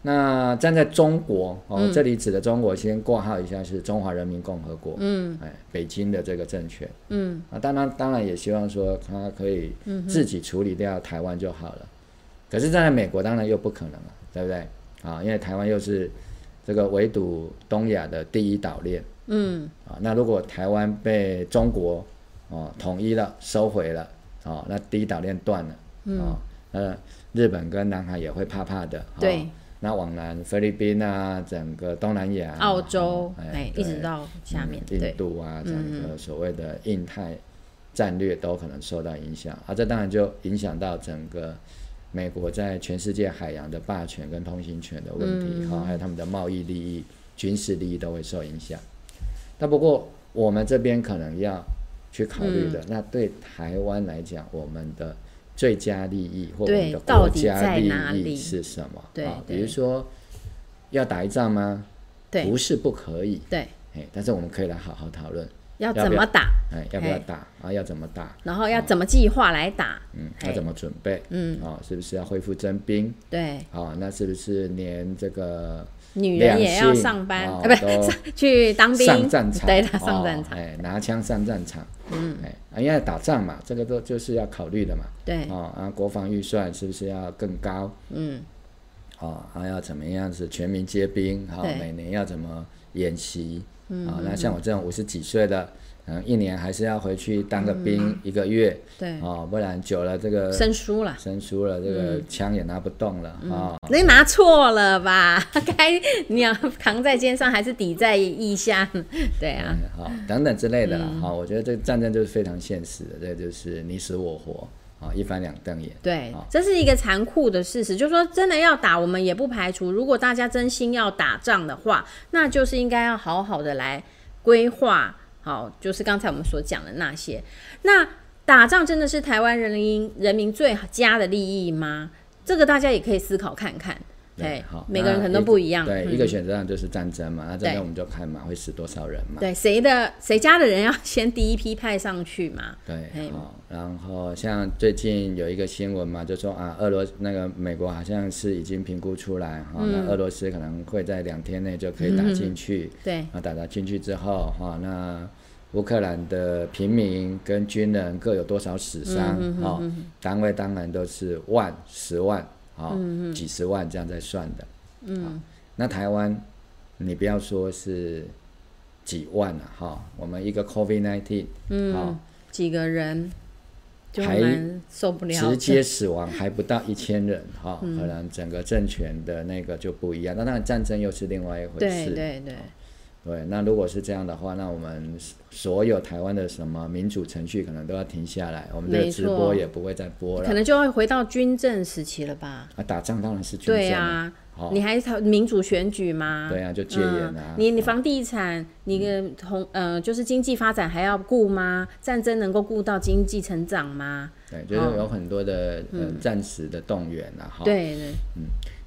Speaker 3: 那站在中国哦，这里指的中国，先挂号一下是中华人民共和国，嗯，哎，北京的这个政权，
Speaker 1: 嗯，
Speaker 3: 啊，当然当然也希望说他可以自己处理掉台湾就好了。可是站在美国当然又不可能了，对不对？啊，因为台湾又是这个围堵东亚的第一岛链，
Speaker 1: 嗯，
Speaker 3: 啊，那如果台湾被中国哦统一了、收回了，哦，那第一岛链断了，
Speaker 1: 嗯
Speaker 3: 哦，那日本跟南海也会怕怕的，哦
Speaker 1: 对。
Speaker 3: 那往南菲律宾啊，整个东南亚、
Speaker 1: 澳洲
Speaker 3: 哦
Speaker 1: 哎，一直
Speaker 3: 对
Speaker 1: 到下面，
Speaker 3: 嗯
Speaker 1: 对嗯
Speaker 3: 印，度啊，整个所谓的印太战略都可能受到影响，啊，这当然就影响到整个美国在全世界海洋的霸权跟通行权的问题，
Speaker 1: 嗯
Speaker 3: 哈、还有他们的贸易利益、军事利益都会受影响。但不过我们这边可能要去考虑
Speaker 1: 嗯
Speaker 3: 的，那对台湾来讲，我们的最佳利益或我
Speaker 1: 对
Speaker 3: 们的
Speaker 1: 到
Speaker 3: 国
Speaker 1: 底
Speaker 3: 家
Speaker 1: 在
Speaker 3: 利
Speaker 1: 哪
Speaker 3: 益
Speaker 1: 里
Speaker 3: 是什么？
Speaker 1: 对
Speaker 3: 啊
Speaker 1: 对
Speaker 3: 比如说要打一仗吗？
Speaker 1: 对
Speaker 3: 不是不可以，
Speaker 1: 对，
Speaker 3: 哎，但是我们可以来好好讨论，
Speaker 1: 要
Speaker 3: 要
Speaker 1: 怎
Speaker 3: 不要
Speaker 1: 么打，
Speaker 3: 哎，要不要
Speaker 1: 哎
Speaker 3: 打啊？要怎么打？
Speaker 1: 然后要怎么计划来打，
Speaker 3: 嗯，
Speaker 1: 哎
Speaker 3: 要怎么准备？
Speaker 1: 嗯，
Speaker 3: 啊、是不是要恢复征兵？
Speaker 1: 对，
Speaker 3: 啊、那是不是连这个
Speaker 1: 女
Speaker 3: 两
Speaker 1: 人
Speaker 3: 性
Speaker 1: 也要上班
Speaker 3: 哦
Speaker 1: 啊，不是 [LAUGHS]
Speaker 3: 都
Speaker 1: 去当兵，
Speaker 3: 上战场，
Speaker 1: 对，
Speaker 3: 哦
Speaker 1: 他上战场，
Speaker 3: 哎，拿枪上战场，嗯，哎，啊因为打仗嘛，这个都就是要考虑的嘛，
Speaker 1: 对，
Speaker 3: 哦，啊，国防预算是不是要更高？
Speaker 1: 嗯，
Speaker 3: 哦，还、要怎么样是全民皆兵？好、
Speaker 1: 对嗯
Speaker 3: 每年要怎么演习？啊、那像我这种五十几岁的，可能一年还是要回去当个兵一个月，
Speaker 1: 嗯对，
Speaker 3: 哦，不然久了这个
Speaker 1: 生嗯疏了。
Speaker 3: 生疏了，这个枪也拿不动了啊、
Speaker 1: 你拿错了吧？ [LAUGHS] 该你要扛在肩上还是抵在腋下？ [LAUGHS] 对啊，
Speaker 3: 嗯好、等等之类的啦，
Speaker 1: 嗯
Speaker 3: 好、我觉得这个战争就是非常现实的，这就是你死我活啊、一翻两瞪眼。
Speaker 1: 对
Speaker 3: 好，
Speaker 1: 这是一个残酷的事实，就是说真的要打，我们也不排除，如果大家真心要打仗的话，那就是应该要好好的来规划，好，就是刚才我们所讲的那些。那打仗真的是台湾人民人民最佳的利益吗？这个大家也可以思考看看。对，
Speaker 3: 好，
Speaker 1: 每个人
Speaker 3: 哦那
Speaker 1: 可能都
Speaker 3: 一
Speaker 1: 不一样。
Speaker 3: 对，
Speaker 1: 嗯
Speaker 3: 一个选择上就是战争嘛，那战
Speaker 1: 对
Speaker 3: 争我们就看嘛，会死多少人嘛。
Speaker 1: 对谁的谁家的人要先第一批派上去嘛？
Speaker 3: 对，
Speaker 1: 嘿
Speaker 3: 好、然后像最近有一个新闻嘛，就说啊，俄罗那个美国好像是已经评估出来哈、那俄罗斯可能会在两天内就可以打进去，
Speaker 1: 对
Speaker 3: 啊，打到进去之后哈、那乌克兰的平民跟军人各有多少死伤？哈、单位当然都是万、十万，啊、几十万这样在算的。嗯，那台湾，你不要说是几万了、哈、我们一个 COVID nineteen，嗯，啊、
Speaker 1: 几个人就
Speaker 3: 还
Speaker 1: 蛮受不了的。
Speaker 3: 直接死亡还不到一千人哈、
Speaker 1: 嗯
Speaker 3: 可能整个政权的那个就不一样。那当然战争又是另外一回
Speaker 1: 对
Speaker 3: 事。
Speaker 1: 对对
Speaker 3: 对那如果是这样的话，那我们所有台湾的什么民主程序可能都要停下来，我们这个
Speaker 1: 没
Speaker 3: 直
Speaker 1: 错
Speaker 3: 播也不会再播
Speaker 1: 可
Speaker 3: 了。
Speaker 1: 能就会回到军政时期了吧？
Speaker 3: 啊，打仗当然是军
Speaker 1: 对
Speaker 3: 政啊，
Speaker 1: 啊，
Speaker 3: 好
Speaker 1: 你还讨民主选举吗？
Speaker 3: 对啊就戒严啊
Speaker 1: 嗯你你房地产，你的同呃，就是经济发展还要顾吗？战争能够顾到经济成长吗？
Speaker 3: 对，就是有很多的、
Speaker 1: 嗯
Speaker 3: 呃暂时的动员啊，哈。
Speaker 1: 对对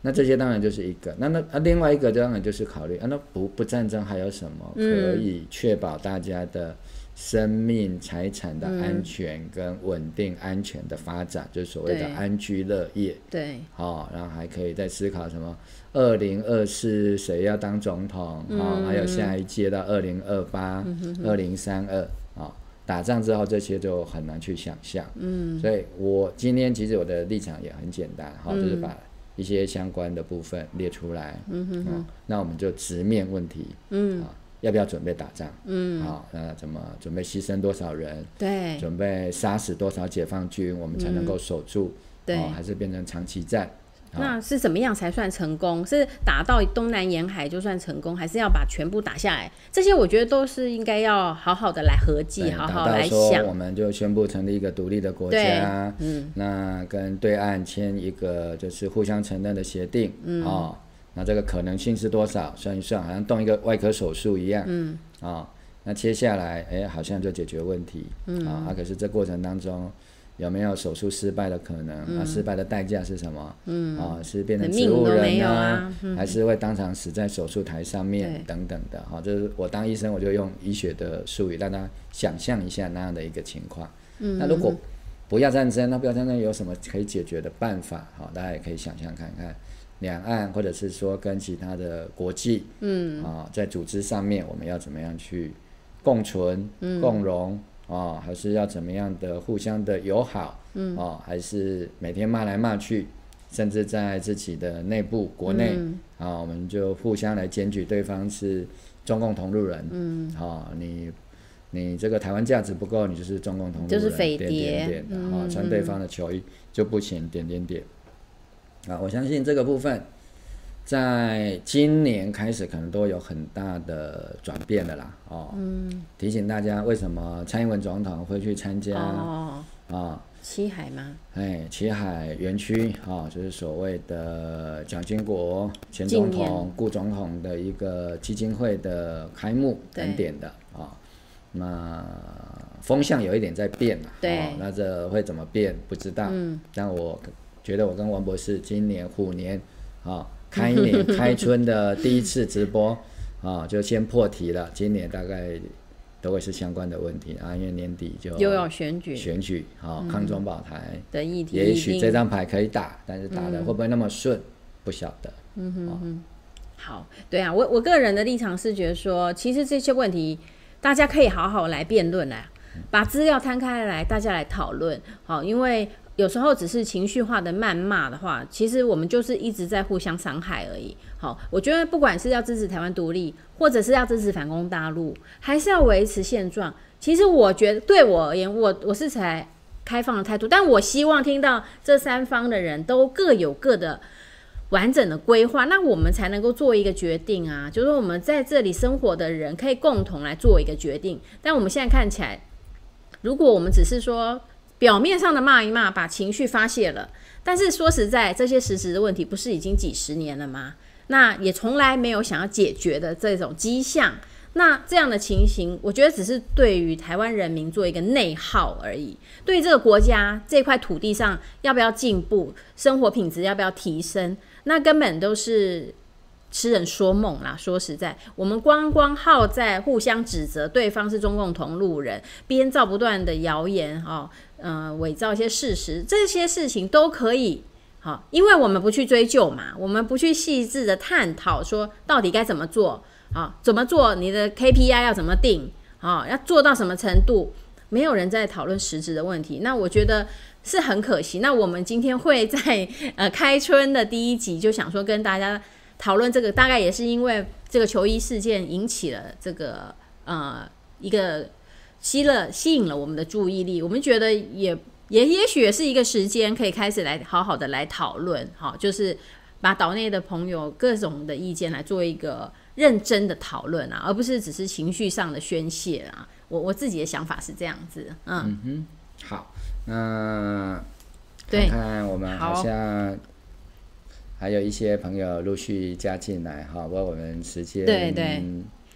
Speaker 3: 那这些当然就是一个，那那啊另外一个当然就是考虑啊，那不不战争还有什么可以确保大家的生命财产的安全跟稳定安全的发展，就是所谓的
Speaker 1: 对
Speaker 3: 安居乐业。
Speaker 1: 对，
Speaker 3: 哦，然后还可以再思考什么？二零二四谁要当总统？哦，还有下一届到二零二八、二零三二啊，打仗之后这些就很难去想象。嗯，所以我今天其实我的立场也很简单，哈、就是把一些相关的部分列出来。嗯哼那我们就直面问题。嗯啊，要不要准备打仗？嗯，好、那怎么准备牺牲多少人？
Speaker 1: 对
Speaker 3: 准备杀死多少解放军，我们才能够守住？
Speaker 1: 对
Speaker 3: 哦，还哦是变成长期战？好
Speaker 1: 那是怎么样才算成功？是打到东南沿海就算成功，还是要把全部打下来？这些我觉得都是应该要好好的来合计，
Speaker 3: 对
Speaker 1: 好
Speaker 3: 达
Speaker 1: 好
Speaker 3: 到
Speaker 1: 来
Speaker 3: 说
Speaker 1: 想
Speaker 3: 我。们就宣布成立一个独立的国家，嗯，那跟对岸签一个就是互相承认的协定，嗯，哦，那这个可能性是多少？算一算，好像动一个外科手术一样，嗯，啊、那接下来，哎，好像就解决问题，嗯，啊，可是这过程当中。有没有手术失败的可能？啊，失败的代价是什么？嗯，啊，是变成植
Speaker 1: 嗯命
Speaker 3: 物
Speaker 1: 都
Speaker 3: 人
Speaker 1: 没有
Speaker 3: 呢、
Speaker 1: 啊
Speaker 3: 还是会当场死在手术台上面等等的哈、就是我当医生，我就用医学的术语让他想象一下那样的一个情况。那如果不要战争，那不要战争有什么可以解决的办法？好，大家也可以想象看看，两岸或者是说跟其他的国际，嗯，啊，在组织上面我们要怎么样去共存、
Speaker 1: 嗯
Speaker 3: 共荣啊，还是要怎么样的互相的友好，嗯，啊，还是每天骂来骂去，甚至在自己的内部国内、
Speaker 1: 嗯
Speaker 3: 啊，我们就互相来检举对方是中共同路人，嗯，啊，你你这个台湾价值不够，你就是中共同路
Speaker 1: 就
Speaker 3: 人，
Speaker 1: 是匪
Speaker 3: 点
Speaker 1: 谍嗯
Speaker 3: 点点，然后穿对方的球衣就不行，点点点。啊，我相信这个部分，在今年开始可能都有很大的转变的啦。哦，嗯，提醒大家为什么蔡英文总统会去参加啊、
Speaker 1: 哦，七海吗？
Speaker 3: 哎，旗海园区啊，就是所谓的蒋经国前
Speaker 1: 纪
Speaker 3: 总
Speaker 1: 念
Speaker 3: 统、顾总统的一个基金会的开幕
Speaker 1: 对
Speaker 3: 等点的啊。那风向有一点在变了，
Speaker 1: 对
Speaker 3: 哦那这会怎么变不知道。嗯，但我觉得我跟王博士今年虎年啊，开年开春的第一次直播啊，就先破题了。今年大概都会是相关的问题啊，因为年底就
Speaker 1: 又要选举
Speaker 3: 选举啊，抗中保台。
Speaker 1: 的议题，
Speaker 3: 也许
Speaker 1: 一定
Speaker 3: 这张牌可以打，但是打的
Speaker 1: 嗯
Speaker 3: 会不会那么顺，不晓得。
Speaker 1: 好，对啊，我我个人的立场是觉得说，其实这些问题大家可以好好来辩论来，把资料摊开来，大家来讨论。好，因为有时候只是情绪化的谩骂的话，其实我们就是一直在互相伤害而已。好，我觉得不管是要支持台湾独立，或者是要支持反攻大陆，还是要维持现状。其实我觉得对我而言，我我是才开放的态度，但我希望听到这三方的人都各有各的完整的规划，那我们才能够做一个决定啊。就是我们在这里生活的人可以共同来做一个决定。但我们现在看起来，如果我们只是说表面上的骂一骂，把情绪发泄了，但是说实在，这些实质的问题不是已经几十年了吗？那也从来没有想要解决的这种迹象。那这样的情形，我觉得只是对于台湾人民做一个内耗而已。对于这个国家这块土地上要不要进步，生活品质要不要提升，那根本都是痴人说梦啦。说实在，我们光光耗在互相指责对方是中共同路人，编造不断的谣言哦，呃，伪造一些事实，这些事情都可以。好，因为我们不去追究嘛，我们不去细致的探讨说到底该怎么做啊，怎么做，你的 KPI 要怎么定啊，要做到什么程度，没有人在讨论实质的问题。那我觉得是很可惜。那我们今天会在呃开春的第一集就想说跟大家讨论这个，大概也是因为这个球衣事件引起了这个呃一个吸了吸引了我们的注意力，我们觉得也也也许也是一个时间可以开始来好好的来讨论，好，就是把岛内的朋友各种的意见来做一个认真的讨论啊，而不是只是情绪上的宣泄啊。我我自己的想法是这样子，嗯，
Speaker 3: 好，那
Speaker 1: 对
Speaker 3: 看看我们好
Speaker 1: 好
Speaker 3: 像还有一些朋友陆续加进来哈，不过我们时间
Speaker 1: 对对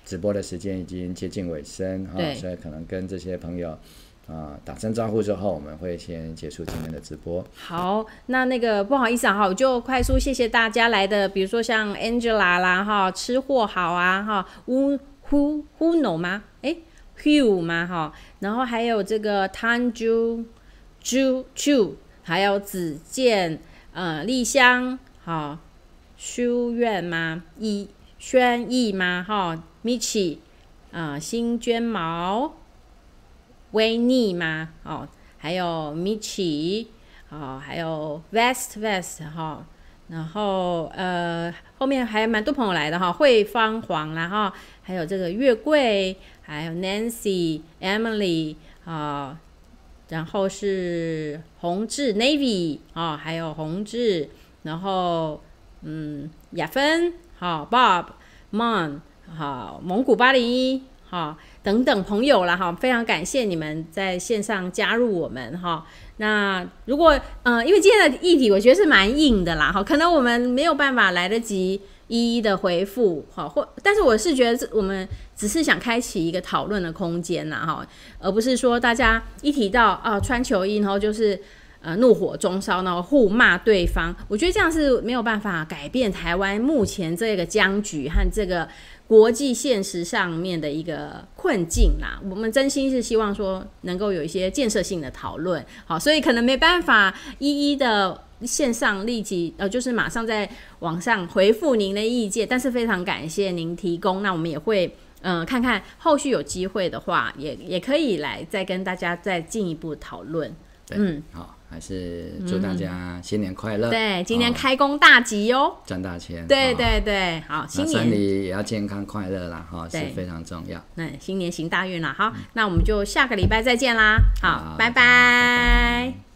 Speaker 3: 直播的时间已经接近尾声哈
Speaker 1: 对，
Speaker 3: 所以可能跟这些朋友。啊、打声招呼之后，我们会先结束今天的直播。
Speaker 1: 好，那那个不好意思啊，哈，我就快速谢谢大家来的，比如说像 Angela 啦，哈，吃货好啊，哈，Who Who Who No 吗？诶 h u g h 吗？哈，然后还有这个 Tanju Ju Chu，还有子健，呃，丽香，好，书院吗？一轩逸吗？哈，Michi，啊，新娟毛，维尼吗？哦，还有 Michi。哦，还有 Vest Vest 哈、然后呃后面还蛮多朋友来的哈、惠芳黄啦哈、还有这个月桂，还有 Nancy Emily 啊、然后是宏志 Navy 啊、还有宏志，然后嗯雅芬好、Bob Mon 好、蒙古八零一好等等朋友啦哈、非常感谢你们在线上加入我们哈、那如果呃，因为今天的议题我觉得是蛮硬的啦，哈，可能我们没有办法来得及一一的回复，好，或但是我是觉得这我们只是想开启一个讨论的空间啦，哈，而不是说大家一提到啊穿球衣，然后就是呃怒火中烧，然后互骂对方。我觉得这样是没有办法改变台湾目前这个僵局和这个国际现实上面的一个困境啦。我们真心是希望说能够有一些建设性的讨论，好，所以可能没办法一一的。线上立即呃，就是马上在网上回复您的意见，但是非常感谢您提供，那我们也会嗯、呃看看后续有机会的话，也也可以来再跟大家再进一步讨论。
Speaker 3: 对，
Speaker 1: 嗯
Speaker 3: 好、还是祝大家新年快乐。
Speaker 1: 对，今
Speaker 3: 哦
Speaker 1: 天开工大吉哟、
Speaker 3: 赚大钱。
Speaker 1: 对
Speaker 3: 哦
Speaker 1: 对对，好，新
Speaker 3: 那身
Speaker 1: 年
Speaker 3: 体也要健康快乐啦，哈、是
Speaker 1: 对
Speaker 3: 非常重要。
Speaker 1: 那、嗯新年行大运了，好，那我们就下个礼拜再见啦，好，
Speaker 3: 好
Speaker 1: 拜
Speaker 3: 拜拜
Speaker 1: 拜